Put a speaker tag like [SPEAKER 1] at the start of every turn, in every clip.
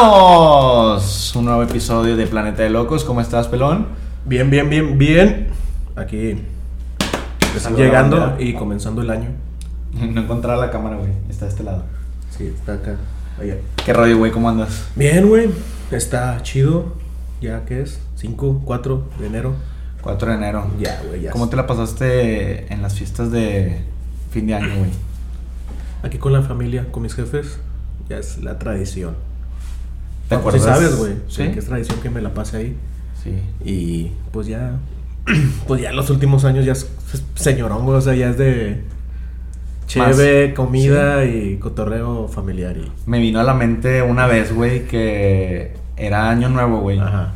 [SPEAKER 1] ¡Comenzamos! Un nuevo episodio de Planeta de Locos. ¿Cómo estás, pelón?
[SPEAKER 2] Bien, bien, bien, bien. Aquí están
[SPEAKER 1] Saluda la
[SPEAKER 2] llegando
[SPEAKER 1] bandera.
[SPEAKER 2] y comenzando el año.
[SPEAKER 1] No encontraba la cámara, güey. Está de este lado.
[SPEAKER 2] Sí, está acá. Oye.
[SPEAKER 1] ¿Qué rollo, güey? ¿Cómo andas?
[SPEAKER 2] Bien, güey. Está chido. Ya que es 5, 4 de enero.
[SPEAKER 1] 4 de enero.
[SPEAKER 2] Ya, güey, ya.
[SPEAKER 1] ¿Cómo te la pasaste en las fiestas de fin de año, güey?
[SPEAKER 2] Aquí con la familia, con mis jefes. Ya es la tradición.
[SPEAKER 1] ¿Te
[SPEAKER 2] No, pues,
[SPEAKER 1] acuerdas?
[SPEAKER 2] sí sabes, güey.
[SPEAKER 1] Sí.
[SPEAKER 2] Que es tradición que me la pase ahí.
[SPEAKER 1] Sí.
[SPEAKER 2] Y pues ya. Pues ya los últimos años ya es señorón, güey. O sea, ya es de. Cheve, comida y cotorreo familiar. Y,
[SPEAKER 1] Me vino a la mente una vez, güey, que era año nuevo, güey.
[SPEAKER 2] Ajá.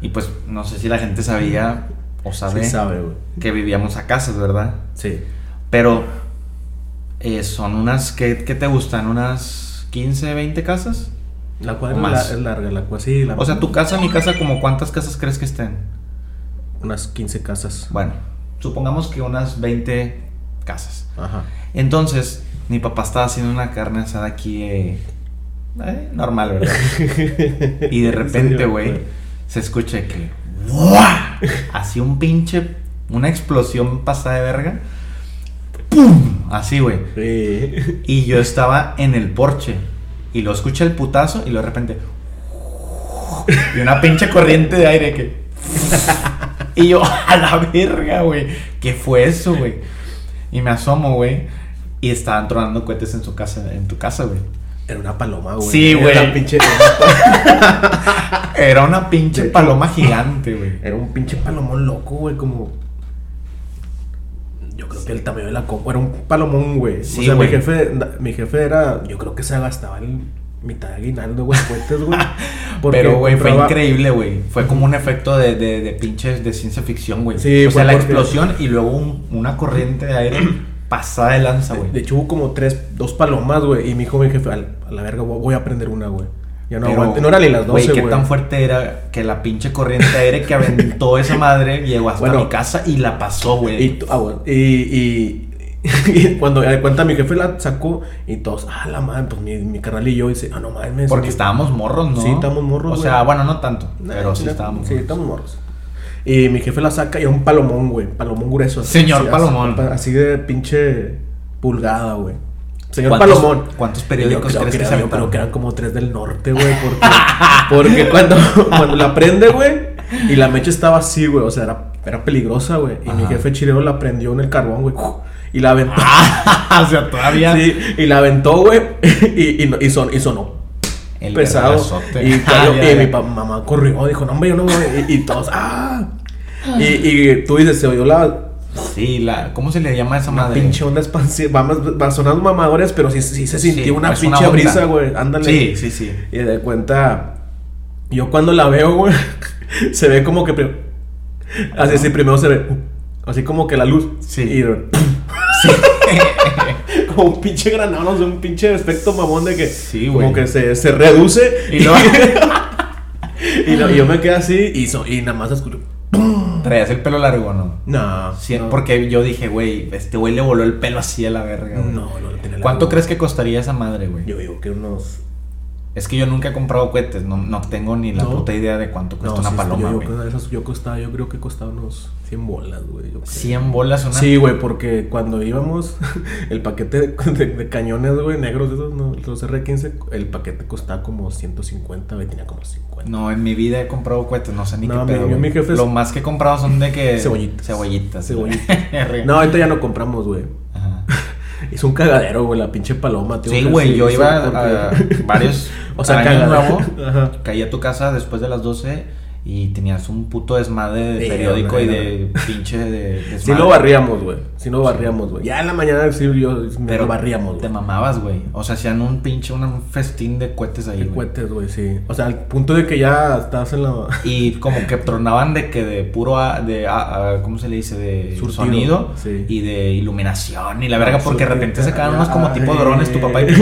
[SPEAKER 1] Y pues no sé si la gente sabía o sabe,
[SPEAKER 2] Sí, sabe, güey.
[SPEAKER 1] que vivíamos a casas, ¿verdad?
[SPEAKER 2] Sí.
[SPEAKER 1] Pero eh, son unas, ¿qué, qué te gustan? ¿Unas 15, 20 casas?
[SPEAKER 2] La cuadra
[SPEAKER 1] O más.
[SPEAKER 2] la- es larga, la cuadra sí, la-
[SPEAKER 1] O sea, tu casa, mi casa, como cuántas casas crees que estén?
[SPEAKER 2] unas 15 casas.
[SPEAKER 1] Bueno, supongamos que unas 20 casas.
[SPEAKER 2] Ajá.
[SPEAKER 1] Entonces, mi papá estaba haciendo una carne asada aquí eh, eh, normal, ¿verdad? Y de repente, güey, se escucha que ¡buah! Así un pinche, una explosión pasada de verga. ¡Pum! Así, güey.
[SPEAKER 2] Sí.
[SPEAKER 1] Y yo estaba en el porche. Y lo escuché el putazo y luego de repente. Y una pinche corriente de aire que. Y yo, a la verga, güey. ¿Qué fue eso, güey? Y me asomo, güey. Y estaban tronando cohetes en su casa, en tu casa, güey.
[SPEAKER 2] Era una paloma, güey.
[SPEAKER 1] Sí,
[SPEAKER 2] Era
[SPEAKER 1] güey.
[SPEAKER 2] una pinche-
[SPEAKER 1] Era una pinche
[SPEAKER 2] De hecho.
[SPEAKER 1] paloma gigante, güey.
[SPEAKER 2] Era un pinche palomón loco, güey, como yo creo que el tamaño de la copa era un palomón, güey.
[SPEAKER 1] Sí,
[SPEAKER 2] o sea,
[SPEAKER 1] güey.
[SPEAKER 2] mi jefe mi jefe era, yo creo que se gastaba en mitad de aguinaldo, güey, cohetes, güey. porque
[SPEAKER 1] Pero, güey, fue
[SPEAKER 2] compraba-
[SPEAKER 1] increíble, güey. Fue como un efecto de, de, de pinches de ciencia ficción, güey.
[SPEAKER 2] Sí,
[SPEAKER 1] o sea,
[SPEAKER 2] fue
[SPEAKER 1] la
[SPEAKER 2] porque-
[SPEAKER 1] explosión y luego un- una corriente de aire pasada de lanza, güey.
[SPEAKER 2] De hecho, hubo como tres, dos palomas, güey. Y me dijo mi jefe, "Al- a la verga, voy voy a prender una, güey. Ya no
[SPEAKER 1] Pero,
[SPEAKER 2] aguante. No era ni las 12,
[SPEAKER 1] Güey,
[SPEAKER 2] güey.
[SPEAKER 1] qué tan fuerte era que la pinche corriente de aire que aventó esa madre llegó hasta
[SPEAKER 2] Bueno.
[SPEAKER 1] mi casa y la pasó,
[SPEAKER 2] Y,
[SPEAKER 1] güey.
[SPEAKER 2] t- ah, bueno, y, y- y cuando de cuenta mi jefe la sacó y todos, ah, la madre, pues mi, mi carnal y yo, dice, ah, no mames.
[SPEAKER 1] Porque
[SPEAKER 2] sí".
[SPEAKER 1] estábamos morros, ¿no?
[SPEAKER 2] Sí, estábamos morros,
[SPEAKER 1] O
[SPEAKER 2] güey.
[SPEAKER 1] sea, bueno, no tanto,
[SPEAKER 2] Nah,
[SPEAKER 1] pero sí
[SPEAKER 2] no,
[SPEAKER 1] estábamos.
[SPEAKER 2] Sí,
[SPEAKER 1] morros.
[SPEAKER 2] estamos morros. Y mi jefe la saca y era un palomón, güey. Palomón grueso.
[SPEAKER 1] Señor palomón.
[SPEAKER 2] Así, de pinche pulgada, güey. Señor
[SPEAKER 1] ¿Cuántos-
[SPEAKER 2] palomón.
[SPEAKER 1] cuántos periódicos
[SPEAKER 2] Y yo creo
[SPEAKER 1] crees que
[SPEAKER 2] que
[SPEAKER 1] se
[SPEAKER 2] eran,
[SPEAKER 1] aventaron?
[SPEAKER 2] Pero que eran como tres del norte, güey. Porque, porque cuando, cuando la prende, güey. Y la mecha estaba así, güey. O sea, era, era peligrosa, güey. Y mi
[SPEAKER 1] Ajá. Ah,
[SPEAKER 2] jefe chileo la prendió en el carbón, güey. Y la aventó.
[SPEAKER 1] o sea, todavía
[SPEAKER 2] Sí, y la aventó, güey. Y, y, no- y son, y sonó
[SPEAKER 1] el
[SPEAKER 2] pesado.
[SPEAKER 1] vergazote.
[SPEAKER 2] Y,
[SPEAKER 1] Ah,
[SPEAKER 2] cayó-
[SPEAKER 1] ya,
[SPEAKER 2] y
[SPEAKER 1] ya.
[SPEAKER 2] mi pa- mamá corrió, dijo, no, hombre, yo no voy. Y, y todos, ¡ah! Y, y tú dices, se oyó la
[SPEAKER 1] Sí, la ¿cómo se le llama a esa madre?
[SPEAKER 2] pinche onda expansiva. Va, más- va sonando mamadores, pero sí, sí se sintió
[SPEAKER 1] Sí,
[SPEAKER 2] una
[SPEAKER 1] es una
[SPEAKER 2] pinche
[SPEAKER 1] onda.
[SPEAKER 2] brisa, güey. Ándale.
[SPEAKER 1] Sí, sí, sí.
[SPEAKER 2] Y de cuenta, yo cuando la veo, güey, se ve como que. prim- Así, sí, primero se ve. Así como que la luz.
[SPEAKER 1] Sí.
[SPEAKER 2] Y de- como un pinche granado, no sé, un pinche efecto mamón de que.
[SPEAKER 1] Sí, güey.
[SPEAKER 2] Como que se, se reduce.
[SPEAKER 1] Y luego
[SPEAKER 2] Y, lo- y yo me quedé así y, so- y nada más escucho.
[SPEAKER 1] traías el pelo largo, ¿no?
[SPEAKER 2] No,
[SPEAKER 1] Sí,
[SPEAKER 2] no,
[SPEAKER 1] Porque yo dije, güey, este güey le voló el pelo así a la verga. güey.
[SPEAKER 2] No, no lo tiene la
[SPEAKER 1] ¿Cuánto
[SPEAKER 2] duda.
[SPEAKER 1] crees que costaría esa madre, güey?
[SPEAKER 2] Yo digo que unos.
[SPEAKER 1] Es que yo nunca he comprado cohetes, no, no tengo ni la
[SPEAKER 2] No.
[SPEAKER 1] puta idea de cuánto cuesta una
[SPEAKER 2] sí,
[SPEAKER 1] paloma,
[SPEAKER 2] yo,
[SPEAKER 1] güey.
[SPEAKER 2] digo que una de esas yo costaba, yo creo que costaba unos 100 bolas, güey. yo creo.
[SPEAKER 1] 100 bolas una.
[SPEAKER 2] Sí, güey, porque cuando íbamos, el paquete de, de- de cañones, güey, negros, de esos, no, los R15, el paquete costaba como 150, güey, tenía como 50.
[SPEAKER 1] No, en mi vida he comprado cohetes, no sé ni
[SPEAKER 2] No,
[SPEAKER 1] qué
[SPEAKER 2] mi-
[SPEAKER 1] pedo.
[SPEAKER 2] yo-
[SPEAKER 1] güey.
[SPEAKER 2] mi jefe es-
[SPEAKER 1] Lo más que he comprado son de que.
[SPEAKER 2] Cebollitas.
[SPEAKER 1] Cebollitas.
[SPEAKER 2] Cebollitas.
[SPEAKER 1] Re-
[SPEAKER 2] No, ahorita ya no compramos, güey.
[SPEAKER 1] Ajá.
[SPEAKER 2] Es un cagadero, güey, la pinche paloma, tío.
[SPEAKER 1] Sí,
[SPEAKER 2] que
[SPEAKER 1] güey, yo
[SPEAKER 2] sí,
[SPEAKER 1] iba
[SPEAKER 2] porque-
[SPEAKER 1] a varios.
[SPEAKER 2] O sea,
[SPEAKER 1] años
[SPEAKER 2] cagadero.
[SPEAKER 1] nuevo,
[SPEAKER 2] Ajá.
[SPEAKER 1] Caí a tu casa después de las 12 y tenías un puto desmadre de
[SPEAKER 2] Sí,
[SPEAKER 1] periódico y
[SPEAKER 2] hombre,
[SPEAKER 1] de pinche de. Desmadre.
[SPEAKER 2] Sí lo barríamos, güey. Sí lo barríamos, güey. Ya en la mañana sí yo me lo barríamos,
[SPEAKER 1] Te
[SPEAKER 2] güey.
[SPEAKER 1] mamabas, güey. O sea, hacían un pinche, un festín de cohetes ahí,
[SPEAKER 2] De
[SPEAKER 1] güey.
[SPEAKER 2] Cohetes, güey, sí. O sea, al punto de que ya estás en la...
[SPEAKER 1] Y como que tronaban de que de puro, a- de a- a- ¿cómo se le dice? De
[SPEAKER 2] Surtido,
[SPEAKER 1] sonido
[SPEAKER 2] sí.
[SPEAKER 1] y de iluminación y la verga, porque de
[SPEAKER 2] Surtido.
[SPEAKER 1] repente se quedaban unos como tipo
[SPEAKER 2] Ay.
[SPEAKER 1] drones, tu papá y...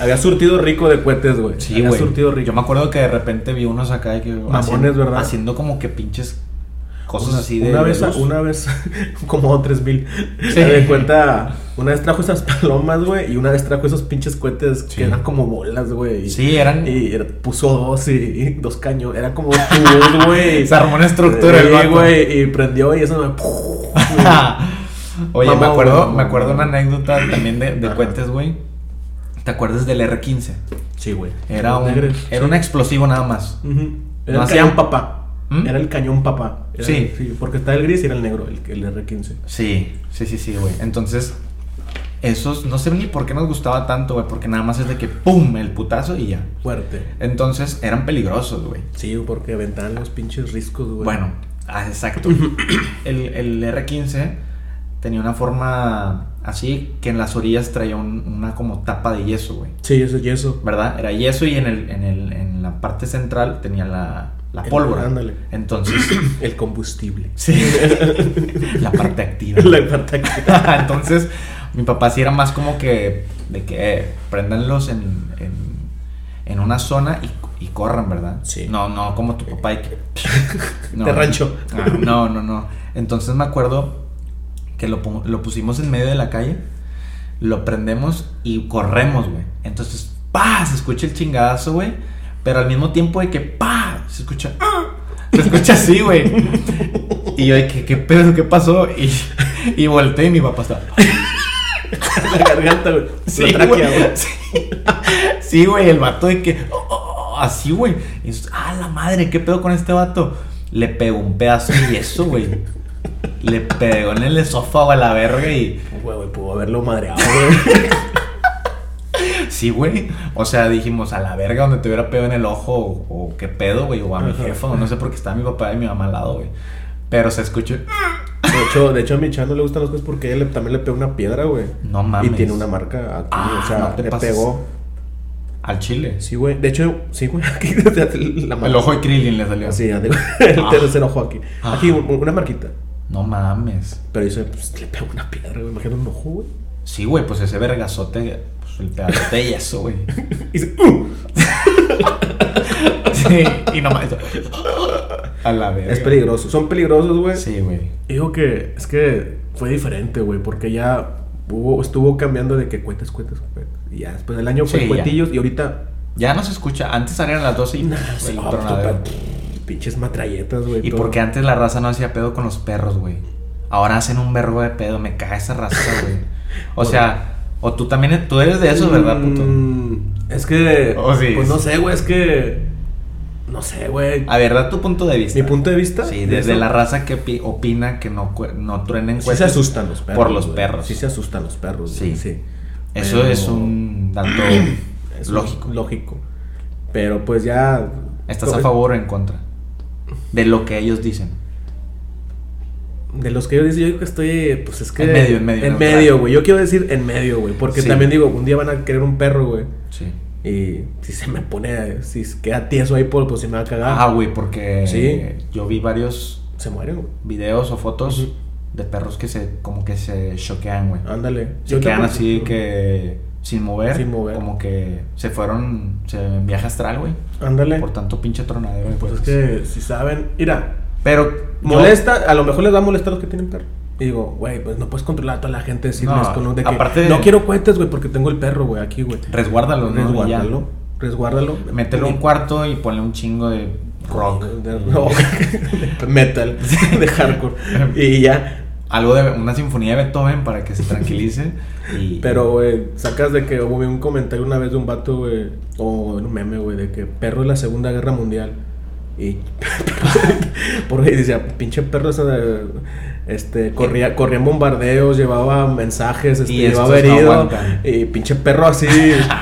[SPEAKER 2] Había surtido rico de cohetes, güey.
[SPEAKER 1] Sí,
[SPEAKER 2] Había
[SPEAKER 1] güey.
[SPEAKER 2] surtido
[SPEAKER 1] Yo
[SPEAKER 2] rico.
[SPEAKER 1] me acuerdo que de repente vi unos acá de que...
[SPEAKER 2] Mamones,
[SPEAKER 1] haciendo-
[SPEAKER 2] ¿verdad?
[SPEAKER 1] Haciendo como que pinches... cosas así de.
[SPEAKER 2] Una vez,
[SPEAKER 1] de
[SPEAKER 2] a-
[SPEAKER 1] luz.
[SPEAKER 2] una vez, como 3000.
[SPEAKER 1] Sí.
[SPEAKER 2] Se me cuenta, una vez trajo esas palomas, güey, y una vez trajo esos pinches cohetes
[SPEAKER 1] Sí.
[SPEAKER 2] que eran como bolas, güey. y-
[SPEAKER 1] Sí, eran.
[SPEAKER 2] Y era- puso dos y, y dos caños. Era como dos tubos, güey.
[SPEAKER 1] Se armó una estructura el
[SPEAKER 2] Sí,
[SPEAKER 1] vato.
[SPEAKER 2] güey. Y prendió y eso me.
[SPEAKER 1] Oye, me
[SPEAKER 2] Mamá,
[SPEAKER 1] acuerdo,
[SPEAKER 2] güey,
[SPEAKER 1] me acuerdo
[SPEAKER 2] mamá.
[SPEAKER 1] una anécdota también de, de
[SPEAKER 2] Ajá.
[SPEAKER 1] cohetes, güey. ¿Te acuerdas del R15?
[SPEAKER 2] Sí, güey.
[SPEAKER 1] Era
[SPEAKER 2] Los
[SPEAKER 1] un, era
[SPEAKER 2] negros,
[SPEAKER 1] un
[SPEAKER 2] sí.
[SPEAKER 1] explosivo nada más.
[SPEAKER 2] Ujú. Era
[SPEAKER 1] No
[SPEAKER 2] el
[SPEAKER 1] hacían-
[SPEAKER 2] cañón papá.
[SPEAKER 1] ¿Mm?
[SPEAKER 2] Era el cañón papá. Era-
[SPEAKER 1] Sí.
[SPEAKER 2] Porque está el gris y era el negro, el, el R15.
[SPEAKER 1] Sí, sí, sí, sí, güey. Entonces, esos, no sé ni por qué nos gustaba tanto, güey, porque nada más es de que ¡pum! el putazo y ya.
[SPEAKER 2] Fuerte.
[SPEAKER 1] Entonces, eran peligrosos, güey.
[SPEAKER 2] Sí, porque aventaban los pinches riscos, güey.
[SPEAKER 1] Bueno, ah, exacto. El, el R15 tenía una forma así que en las orillas traía un- una como tapa de yeso, güey.
[SPEAKER 2] Sí, eso y eso.
[SPEAKER 1] ¿verdad? Era yeso y en, el, en, el, en la parte central tenía la, la
[SPEAKER 2] El-
[SPEAKER 1] pólvora.
[SPEAKER 2] ándale.
[SPEAKER 1] Entonces,
[SPEAKER 2] El combustible.
[SPEAKER 1] sí, la parte activa.
[SPEAKER 2] La parte que-
[SPEAKER 1] Entonces, mi papá sí era más como que, de que eh, préndanlos en, en, en una zona y, y corran, ¿verdad?
[SPEAKER 2] Sí.
[SPEAKER 1] No, no, como tu papá. y que-
[SPEAKER 2] De rancho.
[SPEAKER 1] Ah, no, no, no. Entonces me acuerdo que lo, pu- lo pusimos en medio de la calle, lo prendemos y corremos, güey. Entonces, pa, se escucha el chingadazo, güey. Pero al mismo tiempo de que, pa, se escucha... "Ah", Se escucha así, güey. Y yo, de que, ¿qué pedo? ¿Qué pasó? Y, y volteé y mi papá estaba...
[SPEAKER 2] La garganta, güey.
[SPEAKER 1] Sí,
[SPEAKER 2] la tráquea,
[SPEAKER 1] güey.
[SPEAKER 2] güey.
[SPEAKER 1] Sí. Sí, güey, el vato de que. oh, oh, oh, así, güey. Y dices, ah, la madre, ¿qué pedo con este vato? Le pegó un pedazo de yeso, güey. Le pegó en el esófago a la verga y.
[SPEAKER 2] Güey, güey, pudo haberlo madreado, güey.
[SPEAKER 1] Sí, güey. O sea, dijimos, a la verga, donde te hubiera pegado en el ojo, o, o qué pedo, güey, o a mi
[SPEAKER 2] Ajá.
[SPEAKER 1] jefa, o no sé por qué estaba mi papá y mi mamá al lado, güey. Pero se escuchó.
[SPEAKER 2] De hecho, de hecho a mi chan no le gustan los cosas porque él también le pegó una piedra, güey.
[SPEAKER 1] No mames.
[SPEAKER 2] Y tiene una marca aquí,
[SPEAKER 1] Ah,
[SPEAKER 2] o sea,
[SPEAKER 1] no te
[SPEAKER 2] le
[SPEAKER 1] pases.
[SPEAKER 2] pegó.
[SPEAKER 1] Al chile.
[SPEAKER 2] Sí, güey. De hecho, sí, güey. Aquí o sea, la
[SPEAKER 1] El ojo de Krillin le salió.
[SPEAKER 2] Así, ya digo, el
[SPEAKER 1] Ah.
[SPEAKER 2] tercer ojo aquí.
[SPEAKER 1] Ah.
[SPEAKER 2] Aquí, un- una marquita.
[SPEAKER 1] No mames.
[SPEAKER 2] Pero dice, pues le pegó una piedra, güey. Imagina un ojo, güey.
[SPEAKER 1] Sí, güey, pues ese vergazote, pues el pedazote de yeso, güey.
[SPEAKER 2] Y dice, ¡uh!
[SPEAKER 1] Sí, y nomás. eso. A la verga.
[SPEAKER 2] Es peligroso. Son peligrosos, güey.
[SPEAKER 1] Sí, güey.
[SPEAKER 2] Digo que es que fue diferente, güey, porque ya hubo, estuvo cambiando de que cuetes, cuetes, cuetes. Y ya después del año fue
[SPEAKER 1] Sí, ya.
[SPEAKER 2] cuetillos y ahorita.
[SPEAKER 1] Ya no se escucha. Antes salían las 12 y.
[SPEAKER 2] Sí,
[SPEAKER 1] el
[SPEAKER 2] oh,
[SPEAKER 1] tronadero.
[SPEAKER 2] puta, pinches matralletas, güey.
[SPEAKER 1] y
[SPEAKER 2] todo.
[SPEAKER 1] porque antes la raza no hacía pedo con los perros, güey. Ahora hacen un vergo de pedo. Me caga esa raza, güey. O sea, o tú también. e, Tú eres de eso, ¿verdad, puto?
[SPEAKER 2] Mm, Es que.
[SPEAKER 1] Oh, sí.
[SPEAKER 2] Pues no sé, güey, es que. No sé, güey.
[SPEAKER 1] A ver, da tu punto de vista.
[SPEAKER 2] Mi punto de vista.
[SPEAKER 1] Sí,
[SPEAKER 2] de
[SPEAKER 1] desde
[SPEAKER 2] eso,
[SPEAKER 1] la raza que opi- opina que no, cue- no truenen
[SPEAKER 2] Sí se
[SPEAKER 1] cohetes.
[SPEAKER 2] asustan los perros.
[SPEAKER 1] pues, por los
[SPEAKER 2] güey.
[SPEAKER 1] perros.
[SPEAKER 2] Sí se asustan los perros,
[SPEAKER 1] Sí.
[SPEAKER 2] sí. sí.
[SPEAKER 1] Eso
[SPEAKER 2] Pero-
[SPEAKER 1] es un dato
[SPEAKER 2] es
[SPEAKER 1] lógico.
[SPEAKER 2] Lógico. Pero pues ya.
[SPEAKER 1] ¿Estás a
[SPEAKER 2] Pues,
[SPEAKER 1] favor o en contra? De lo que ellos dicen.
[SPEAKER 2] De los que yo digo, yo digo que estoy, pues es que...
[SPEAKER 1] En medio, en medio,
[SPEAKER 2] En
[SPEAKER 1] neutral.
[SPEAKER 2] medio, güey. Yo quiero decir en medio, güey. Porque
[SPEAKER 1] Sí.
[SPEAKER 2] también digo, un día van a querer un perro, güey.
[SPEAKER 1] Sí.
[SPEAKER 2] Y si se me pone, si se queda tieso ahí, pues, pues se me va a cagar.
[SPEAKER 1] Ah, güey, porque
[SPEAKER 2] Sí.
[SPEAKER 1] yo vi varios
[SPEAKER 2] se muere, güey.
[SPEAKER 1] videos o fotos
[SPEAKER 2] Ujú.
[SPEAKER 1] de perros que se como que se choquean, güey.
[SPEAKER 2] Ándale.
[SPEAKER 1] Se
[SPEAKER 2] Yo
[SPEAKER 1] quedan
[SPEAKER 2] tampoco-
[SPEAKER 1] así que sin mover,
[SPEAKER 2] Sin mover.
[SPEAKER 1] como que se fueron se en viaje astral, güey.
[SPEAKER 2] Ándale.
[SPEAKER 1] Por tanto pinche tronadero. de
[SPEAKER 2] Pues es
[SPEAKER 1] perros.
[SPEAKER 2] que si saben... Mira,
[SPEAKER 1] pero yo-
[SPEAKER 2] molesta, a lo mejor les va a molestar a los que tienen perro. Y digo, güey, pues no puedes controlar a toda la gente decirles
[SPEAKER 1] No,
[SPEAKER 2] con lo de que...
[SPEAKER 1] aparte de-
[SPEAKER 2] No quiero cuentes, güey, porque tengo el perro, güey, aquí, güey.
[SPEAKER 1] resguárdalo, ¿no?
[SPEAKER 2] Resguárdalo. Resguárdalo.
[SPEAKER 1] Y ya. Mételo en un cuarto y ponle un chingo de rock.
[SPEAKER 2] De rock. De metal. De hardcore. Y ya.
[SPEAKER 1] Algo de una sinfonía de Beethoven para que se tranquilice y
[SPEAKER 2] Pero, güey, sacas de que hubo un comentario una vez de un vato, güey, o en un meme, güey, de que perro de la Segunda Guerra Mundial. Y. Por ahí decía, pinche perro, ese de- este, corría, corría en bombardeos, llevaba mensajes, este,
[SPEAKER 1] Y estos
[SPEAKER 2] llevaba
[SPEAKER 1] no
[SPEAKER 2] herido.
[SPEAKER 1] aguantan.
[SPEAKER 2] y pinche perro así,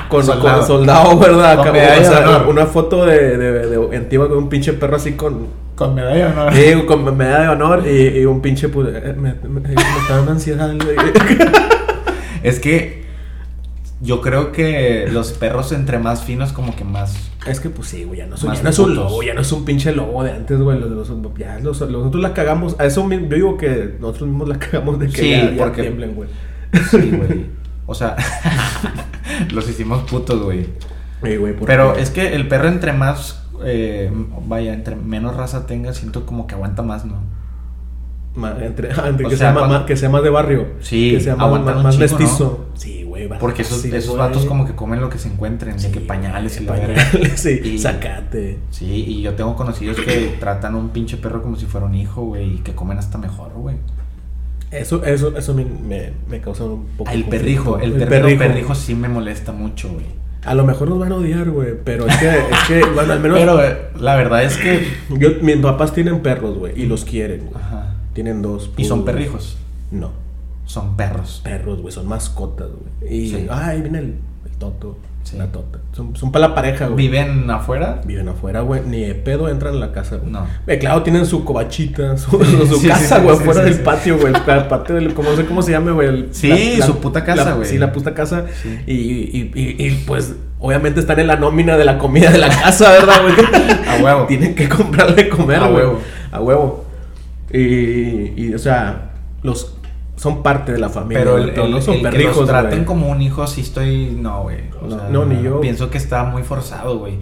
[SPEAKER 2] con soldado,
[SPEAKER 1] Soldado.
[SPEAKER 2] con soldado ¿verdad?
[SPEAKER 1] Con
[SPEAKER 2] Acá,
[SPEAKER 1] medalla
[SPEAKER 2] o sea,
[SPEAKER 1] de honor.
[SPEAKER 2] una foto de, de, de antigua con un pinche perro así con,
[SPEAKER 1] con medalla, ¿no?
[SPEAKER 2] Sí, con medalla de honor y, y un pinche. pu- eh, Me, me, me está dando ansiedad. güey.
[SPEAKER 1] Es que yo creo que los perros entre más finos como que más...
[SPEAKER 2] es que, pues sí, güey, ya no, son,
[SPEAKER 1] Más
[SPEAKER 2] ya no es un
[SPEAKER 1] putos.
[SPEAKER 2] lobo, ya no es un pinche lobo de antes, güey. Los, los, ya los, los- nosotros la cagamos. A eso mismo, yo digo que nosotros mismos la cagamos de que
[SPEAKER 1] Sí,
[SPEAKER 2] ya, ya
[SPEAKER 1] porque-
[SPEAKER 2] tiemblen, güey.
[SPEAKER 1] Sí, güey. O sea, los hicimos putos, güey.
[SPEAKER 2] Sí, Eh, güey, porque-
[SPEAKER 1] Pero es que el perro entre más... eh, vaya, entre menos raza tenga, siento como que aguanta más, ¿no?
[SPEAKER 2] Ma- entre, ah, entre
[SPEAKER 1] O
[SPEAKER 2] que,
[SPEAKER 1] sea,
[SPEAKER 2] sea, ma-
[SPEAKER 1] cuando-
[SPEAKER 2] ma- que sea más de barrio.
[SPEAKER 1] Sí,
[SPEAKER 2] que sea más,
[SPEAKER 1] aguantan
[SPEAKER 2] más-
[SPEAKER 1] un
[SPEAKER 2] más
[SPEAKER 1] chingo,
[SPEAKER 2] mestizo. Sí, güey. va-
[SPEAKER 1] Porque esos,
[SPEAKER 2] sí,
[SPEAKER 1] esos
[SPEAKER 2] güey.
[SPEAKER 1] vatos como que comen lo que se encuentren, de
[SPEAKER 2] Sí,
[SPEAKER 1] que pañales y la verga.
[SPEAKER 2] pañales, sí.
[SPEAKER 1] Y-
[SPEAKER 2] Sacate.
[SPEAKER 1] Sí, y yo tengo conocidos que tratan a un pinche perro como si fuera un hijo, güey, y que comen hasta mejor, güey.
[SPEAKER 2] Eso, eso, eso me, me, me causa un poco.
[SPEAKER 1] Ah, El
[SPEAKER 2] conflicto.
[SPEAKER 1] perrijo, el, término perrijo. sí me molesta mucho, güey.
[SPEAKER 2] A lo mejor nos van a odiar, güey. Pero es que, es que bueno, al menos.
[SPEAKER 1] Pero güey, la verdad es que.
[SPEAKER 2] yo- mis papás tienen perros, güey. Y los quieren, güey.
[SPEAKER 1] Ajá.
[SPEAKER 2] Tienen dos.
[SPEAKER 1] Y son
[SPEAKER 2] poodles.
[SPEAKER 1] perrijos,
[SPEAKER 2] No.
[SPEAKER 1] son perros.
[SPEAKER 2] Perros, güey. Son mascotas, güey. Y.
[SPEAKER 1] Sí.
[SPEAKER 2] Ay, viene el, el toto.
[SPEAKER 1] Sí.
[SPEAKER 2] La tota. Son, son para la pareja, güey.
[SPEAKER 1] ¿Viven afuera?
[SPEAKER 2] Viven afuera, güey. Ni de pedo entran a la casa, güey.
[SPEAKER 1] No.
[SPEAKER 2] Eh, claro, tienen su cobachita, su,
[SPEAKER 1] Sí,
[SPEAKER 2] su
[SPEAKER 1] sí,
[SPEAKER 2] casa,
[SPEAKER 1] sí,
[SPEAKER 2] güey,
[SPEAKER 1] sí,
[SPEAKER 2] afuera
[SPEAKER 1] sí,
[SPEAKER 2] del
[SPEAKER 1] sí.
[SPEAKER 2] patio, güey. El patio del, como, no sé cómo se llama, güey. el-
[SPEAKER 1] Sí, su puta casa,
[SPEAKER 2] la-
[SPEAKER 1] güey.
[SPEAKER 2] Sí, la puta casa.
[SPEAKER 1] Sí.
[SPEAKER 2] Y, y, y- y, pues, obviamente están en la nómina de la comida de la casa, ¿verdad, güey?
[SPEAKER 1] A huevo.
[SPEAKER 2] tienen que comprarle comer,
[SPEAKER 1] A
[SPEAKER 2] güey.
[SPEAKER 1] huevo.
[SPEAKER 2] A huevo. Y, y, o sea, los son parte de la familia.
[SPEAKER 1] Pero
[SPEAKER 2] güey,
[SPEAKER 1] el,
[SPEAKER 2] pero
[SPEAKER 1] el-
[SPEAKER 2] no son
[SPEAKER 1] el que
[SPEAKER 2] perrijos,
[SPEAKER 1] los traten
[SPEAKER 2] güey.
[SPEAKER 1] como un hijo, sí estoy. No, güey. O
[SPEAKER 2] No,
[SPEAKER 1] sea,
[SPEAKER 2] no, ni yo.
[SPEAKER 1] Pienso que está muy forzado, güey.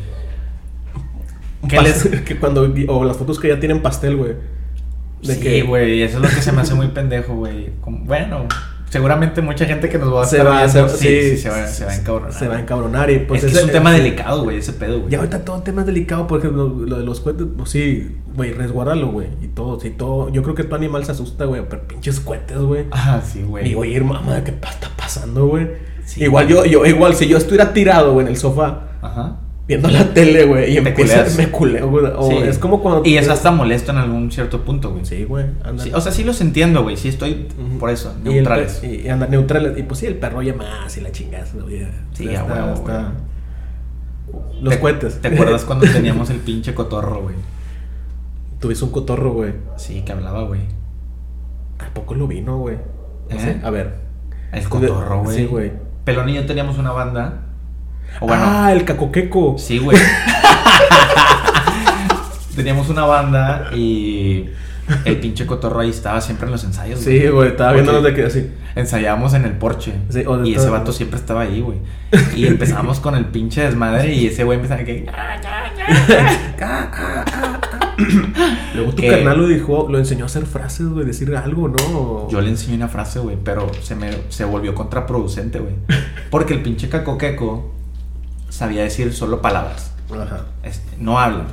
[SPEAKER 2] Un
[SPEAKER 1] que
[SPEAKER 2] pastel
[SPEAKER 1] les-
[SPEAKER 2] que cuando o las fotos que ya tienen pastel, güey. De
[SPEAKER 1] Sí,
[SPEAKER 2] que-
[SPEAKER 1] güey, eso es lo que se me hace muy pendejo, güey. Como- Bueno, seguramente mucha gente que nos va a
[SPEAKER 2] se
[SPEAKER 1] estar
[SPEAKER 2] va,
[SPEAKER 1] viendo,
[SPEAKER 2] se,
[SPEAKER 1] sí, sí, se va, se va a encabronar.
[SPEAKER 2] Se va a encabronar y pues
[SPEAKER 1] es que
[SPEAKER 2] ese-
[SPEAKER 1] es un tema delicado, güey, ese pedo, güey.
[SPEAKER 2] Y ahorita todo tema es delicado porque lo, lo de los cohetes, pues sí, güey, resguárdalo, güey. Y todo, sí, todo. Yo creo que tu animal se asusta, güey, pero pinches cohetes, güey.
[SPEAKER 1] Ah, sí, güey.
[SPEAKER 2] Y voy a ir, mamá, ¿qué pa- está pasando, güey?
[SPEAKER 1] Sí.
[SPEAKER 2] Igual yo, yo, igual si yo estuviera tirado, güey, en el sofá,
[SPEAKER 1] Ajá.
[SPEAKER 2] viendo la tele, güey, y
[SPEAKER 1] Te
[SPEAKER 2] empieza,
[SPEAKER 1] culeas.
[SPEAKER 2] me culeo, güey. O
[SPEAKER 1] Sí.
[SPEAKER 2] es como cuando.
[SPEAKER 1] Y es hasta molesto en algún cierto punto, güey.
[SPEAKER 2] Sí, güey, anda.
[SPEAKER 1] Sí, o sea, sí los entiendo, güey. Sí estoy
[SPEAKER 2] Ujú.
[SPEAKER 1] por eso,
[SPEAKER 2] Y el
[SPEAKER 1] neutrales.
[SPEAKER 2] per- Y, y anda, neutrales. Y pues sí, el perro ya más y la chingada. güey.
[SPEAKER 1] Sí,
[SPEAKER 2] Ya
[SPEAKER 1] a huevo,
[SPEAKER 2] está- Los
[SPEAKER 1] ¿Te-
[SPEAKER 2] cohetes.
[SPEAKER 1] ¿Te acuerdas cuando teníamos el pinche cotorro, güey?
[SPEAKER 2] Tuviste un cotorro, güey.
[SPEAKER 1] Sí, que hablaba, güey.
[SPEAKER 2] Tampoco lo vino, güey. No
[SPEAKER 1] ¿Eh?
[SPEAKER 2] sé, a ver.
[SPEAKER 1] El cotorro, güey.
[SPEAKER 2] Sí, güey.
[SPEAKER 1] Pelón y yo teníamos una banda. O bueno,
[SPEAKER 2] Ah, el cacoqueco.
[SPEAKER 1] sí, güey. teníamos una banda y el pinche cotorro ahí estaba siempre en los ensayos.
[SPEAKER 2] Sí, güey, estaba
[SPEAKER 1] Porque
[SPEAKER 2] viéndonos de que así.
[SPEAKER 1] Ensayábamos en el porche.
[SPEAKER 2] Sí, o de
[SPEAKER 1] y ese
[SPEAKER 2] todo.
[SPEAKER 1] vato siempre estaba ahí, güey. Y empezamos con el pinche desmadre y ese güey empezaba que.
[SPEAKER 2] Luego tu
[SPEAKER 1] que-
[SPEAKER 2] carnal lo dijo, lo enseñó a hacer frases, güey, decir algo, ¿no?
[SPEAKER 1] Yo le enseñé una frase, güey, pero se me se volvió contraproducente, güey. Porque el pinche cacoqueco sabía decir solo palabras.
[SPEAKER 2] Ajá.
[SPEAKER 1] Este, no habla.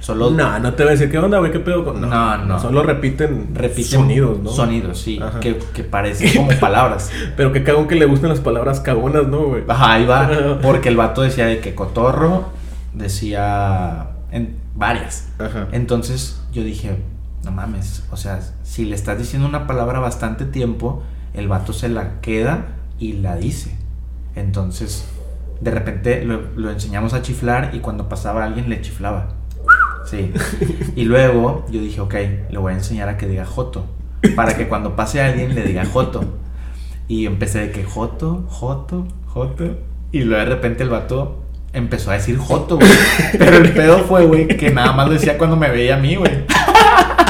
[SPEAKER 1] Solo
[SPEAKER 2] No, no te voy a decir qué onda, güey, qué pedo con.
[SPEAKER 1] No, no.
[SPEAKER 2] Solo repiten
[SPEAKER 1] repite
[SPEAKER 2] sonidos, ¿no?
[SPEAKER 1] Sonidos, sí.
[SPEAKER 2] Ajá.
[SPEAKER 1] Que, que parecen como palabras.
[SPEAKER 2] Pero qué cagón que le gustan las palabras cagonas, ¿no, güey?
[SPEAKER 1] Ajá, ahí va. Porque el vato decía de que cotorro, decía en varias.
[SPEAKER 2] Ajá.
[SPEAKER 1] Entonces yo dije, no mames, o sea, si le estás diciendo una palabra bastante tiempo, el vato se la queda y la dice. Entonces, de repente lo, lo enseñamos a chiflar y cuando pasaba alguien le chiflaba. Sí. Y luego yo dije, ok, le voy a enseñar a que diga Joto. Para que cuando pase alguien le diga Joto. Y empecé de que Joto, Joto, Joto. Y luego de repente el vato empezó a decir Joto, güey. Pero el pedo fue, güey, que nada más lo decía cuando me veía a mí, güey.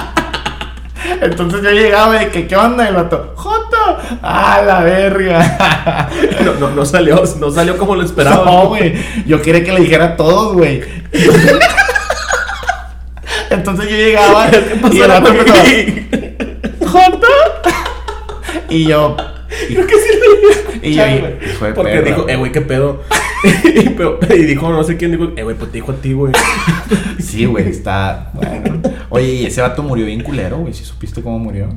[SPEAKER 1] Entonces yo llegaba de que, ¿qué onda? Y El vato, Joto, a la verga.
[SPEAKER 2] No, no, no salió, no salió como lo esperaba.
[SPEAKER 1] No, güey. Yo quería que le dijera a todos, güey. Entonces yo llegaba y el vato empezaba, ¿Joto? Y yo.
[SPEAKER 2] Creo que sí le
[SPEAKER 1] Y yo, hijo de
[SPEAKER 2] Porque
[SPEAKER 1] perra.
[SPEAKER 2] dijo, eh, güey, qué pedo. y, pero- y dijo, no sé quién dijo, eh, güey, pues te dijo a ti, güey.
[SPEAKER 1] Sí, güey, está. Bueno. Oye, y ese vato murió bien culero, güey. ¿Sí supiste cómo murió?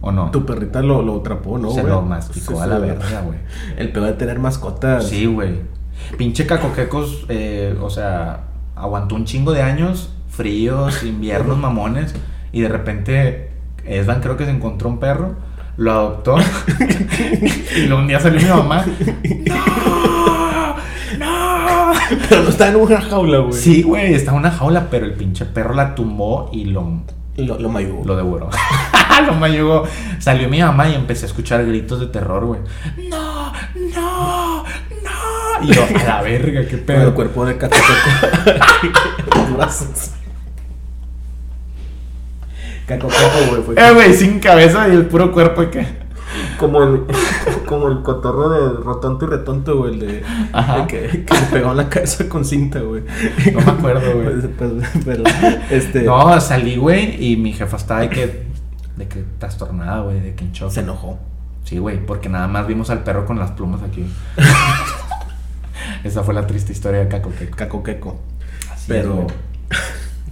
[SPEAKER 1] ¿O no?
[SPEAKER 2] Tu perrita lo, lo atrapó, ¿no?
[SPEAKER 1] Se
[SPEAKER 2] güey?
[SPEAKER 1] lo masticó
[SPEAKER 2] Sí,
[SPEAKER 1] a la
[SPEAKER 2] se lo-
[SPEAKER 1] verga, güey.
[SPEAKER 2] El pedo de tener mascotas.
[SPEAKER 1] Sí, güey. Pinche cacoquecos, eh, o sea, aguantó un chingo de años, fríos, inviernos, mamones, y de repente Esban creo que se encontró un perro, lo adoptó, y luego un día salió mi mamá. ¡No! ¡No!
[SPEAKER 2] Pero no está en una jaula, güey.
[SPEAKER 1] Sí, güey, está en una jaula, pero el pinche perro la tumbó y lo
[SPEAKER 2] Lo, lo mayugó.
[SPEAKER 1] Lo devoró. lo mayugó. Salió mi mamá y empecé a escuchar gritos de terror, güey. No, no, no. Y yo, a la verga, qué
[SPEAKER 2] Pero el
[SPEAKER 1] pedo.
[SPEAKER 2] cuerpo de cacoqueco. Los brazos. Cacoqueco, güey. Fue
[SPEAKER 1] Eh, güey, sin cabeza y el puro cuerpo que.
[SPEAKER 2] como el, como el cotorro de Rotonto y Retonto, güey. El de,
[SPEAKER 1] Ajá.
[SPEAKER 2] el que, que le pegó en la cabeza con cinta, güey.
[SPEAKER 1] No me acuerdo, güey.
[SPEAKER 2] Pues, pues, pero, este.
[SPEAKER 1] No, salí, güey, y mi jefa estaba de que de que trastornada, güey, de que en shock.
[SPEAKER 2] Se enojó.
[SPEAKER 1] Sí, güey, porque nada más vimos al perro con las plumas aquí. Esa fue la triste historia de Caco que
[SPEAKER 2] Caco queco.
[SPEAKER 1] Así es,
[SPEAKER 2] Pero.
[SPEAKER 1] güey.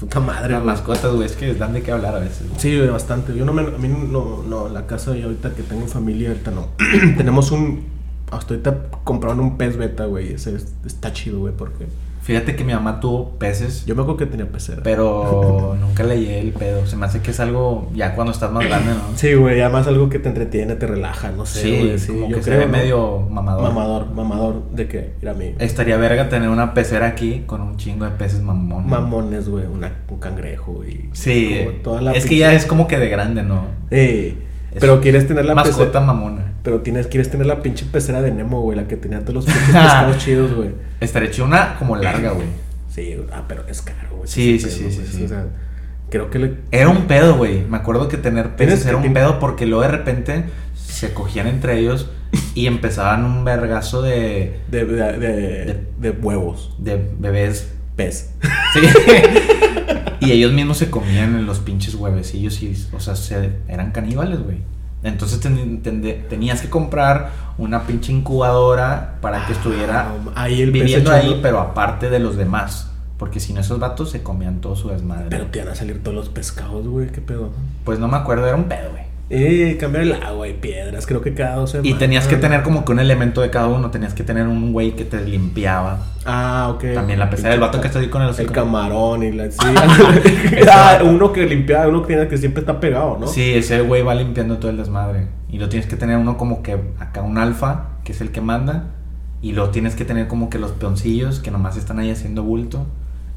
[SPEAKER 2] Puta madre,
[SPEAKER 1] las
[SPEAKER 2] güey.
[SPEAKER 1] mascotas, güey, es que dan de qué hablar a veces. güey.
[SPEAKER 2] Sí, güey, bastante. Yo no me, a mí no, no, la casa y ahorita que tengo familia, ahorita no. Tenemos un, hasta ahorita compraron un pez beta, güey. Ese es- está chido, güey, porque
[SPEAKER 1] Fíjate que mi mamá tuvo peces,
[SPEAKER 2] yo me acuerdo que tenía pecera.
[SPEAKER 1] pero nunca le llegué el pedo. Se me hace que es algo ya cuando estás más grande, ¿no?
[SPEAKER 2] Sí, güey, además algo que te entretiene, te relaja, no sé,
[SPEAKER 1] Sí,
[SPEAKER 2] güey. Sí,
[SPEAKER 1] como
[SPEAKER 2] yo
[SPEAKER 1] que se
[SPEAKER 2] creo,
[SPEAKER 1] ve
[SPEAKER 2] ¿no?
[SPEAKER 1] medio Eh, mamador.
[SPEAKER 2] mamador, mamador de que, mira, mi
[SPEAKER 1] Estaría verga tener una pecera aquí con un chingo de peces mamón.
[SPEAKER 2] mamones, güey, una- un cangrejo, güey.
[SPEAKER 1] Sí,
[SPEAKER 2] Como toda la
[SPEAKER 1] es que
[SPEAKER 2] pinche-
[SPEAKER 1] ya es como que de grande, ¿no?
[SPEAKER 2] Eh,
[SPEAKER 1] Es
[SPEAKER 2] pero quieres tener la
[SPEAKER 1] Mascota
[SPEAKER 2] pecera,
[SPEAKER 1] mamona.
[SPEAKER 2] pero tienes quieres tener la pinche pecera de Nemo, güey, la que tenía todos los pinches pescados chidos, güey.
[SPEAKER 1] Estaría chido una como larga, güey.
[SPEAKER 2] Sí, ah, pero es caro, güey.
[SPEAKER 1] Sí,
[SPEAKER 2] Ese
[SPEAKER 1] sí,
[SPEAKER 2] pedo,
[SPEAKER 1] sí,
[SPEAKER 2] güey.
[SPEAKER 1] sí, sí.
[SPEAKER 2] O sea, creo que le.
[SPEAKER 1] Era un pedo, güey. Me acuerdo que tener
[SPEAKER 2] Tienes
[SPEAKER 1] peces
[SPEAKER 2] que
[SPEAKER 1] era un
[SPEAKER 2] tener-
[SPEAKER 1] pedo porque luego de repente se cogían entre ellos y empezaban un vergazo de,
[SPEAKER 2] De, de, de-
[SPEAKER 1] De-
[SPEAKER 2] de huevos.
[SPEAKER 1] de bebés.
[SPEAKER 2] Pez.
[SPEAKER 1] Sí. y ellos mismos se comían en los pinches huevecillos y, o sea, se- eran caníbales, güey. Entonces ten- ten- tenías que comprar una pinche incubadora para que estuviera
[SPEAKER 2] Ah, ahí el pez
[SPEAKER 1] viviendo
[SPEAKER 2] echando-
[SPEAKER 1] ahí, pero aparte de los demás. Porque si no, esos vatos se comían todo su desmadre.
[SPEAKER 2] Pero te van a salir todos los pescados, güey. ¿Qué pedo?
[SPEAKER 1] Pues no me acuerdo, era un pedo, güey.
[SPEAKER 2] Eh, cambiar el agua y piedras. Creo que cada dos semanas.
[SPEAKER 1] Y tenías que tener como que un elemento de cada uno. Tenías que tener un güey que te limpiaba.
[SPEAKER 2] Ah, ok.
[SPEAKER 1] También la pecera, el vato que está ahí con el hocico.
[SPEAKER 2] El camarón y la. Sí. Ah, uno que limpiaba, uno que tiene que siempre está pegado, ¿no?
[SPEAKER 1] Sí, ese güey va limpiando todo el desmadre. Y lo tienes que tener uno como que acá un alfa, que es el que manda. Y lo tienes que tener como que los peoncillos que nomás están ahí haciendo bulto.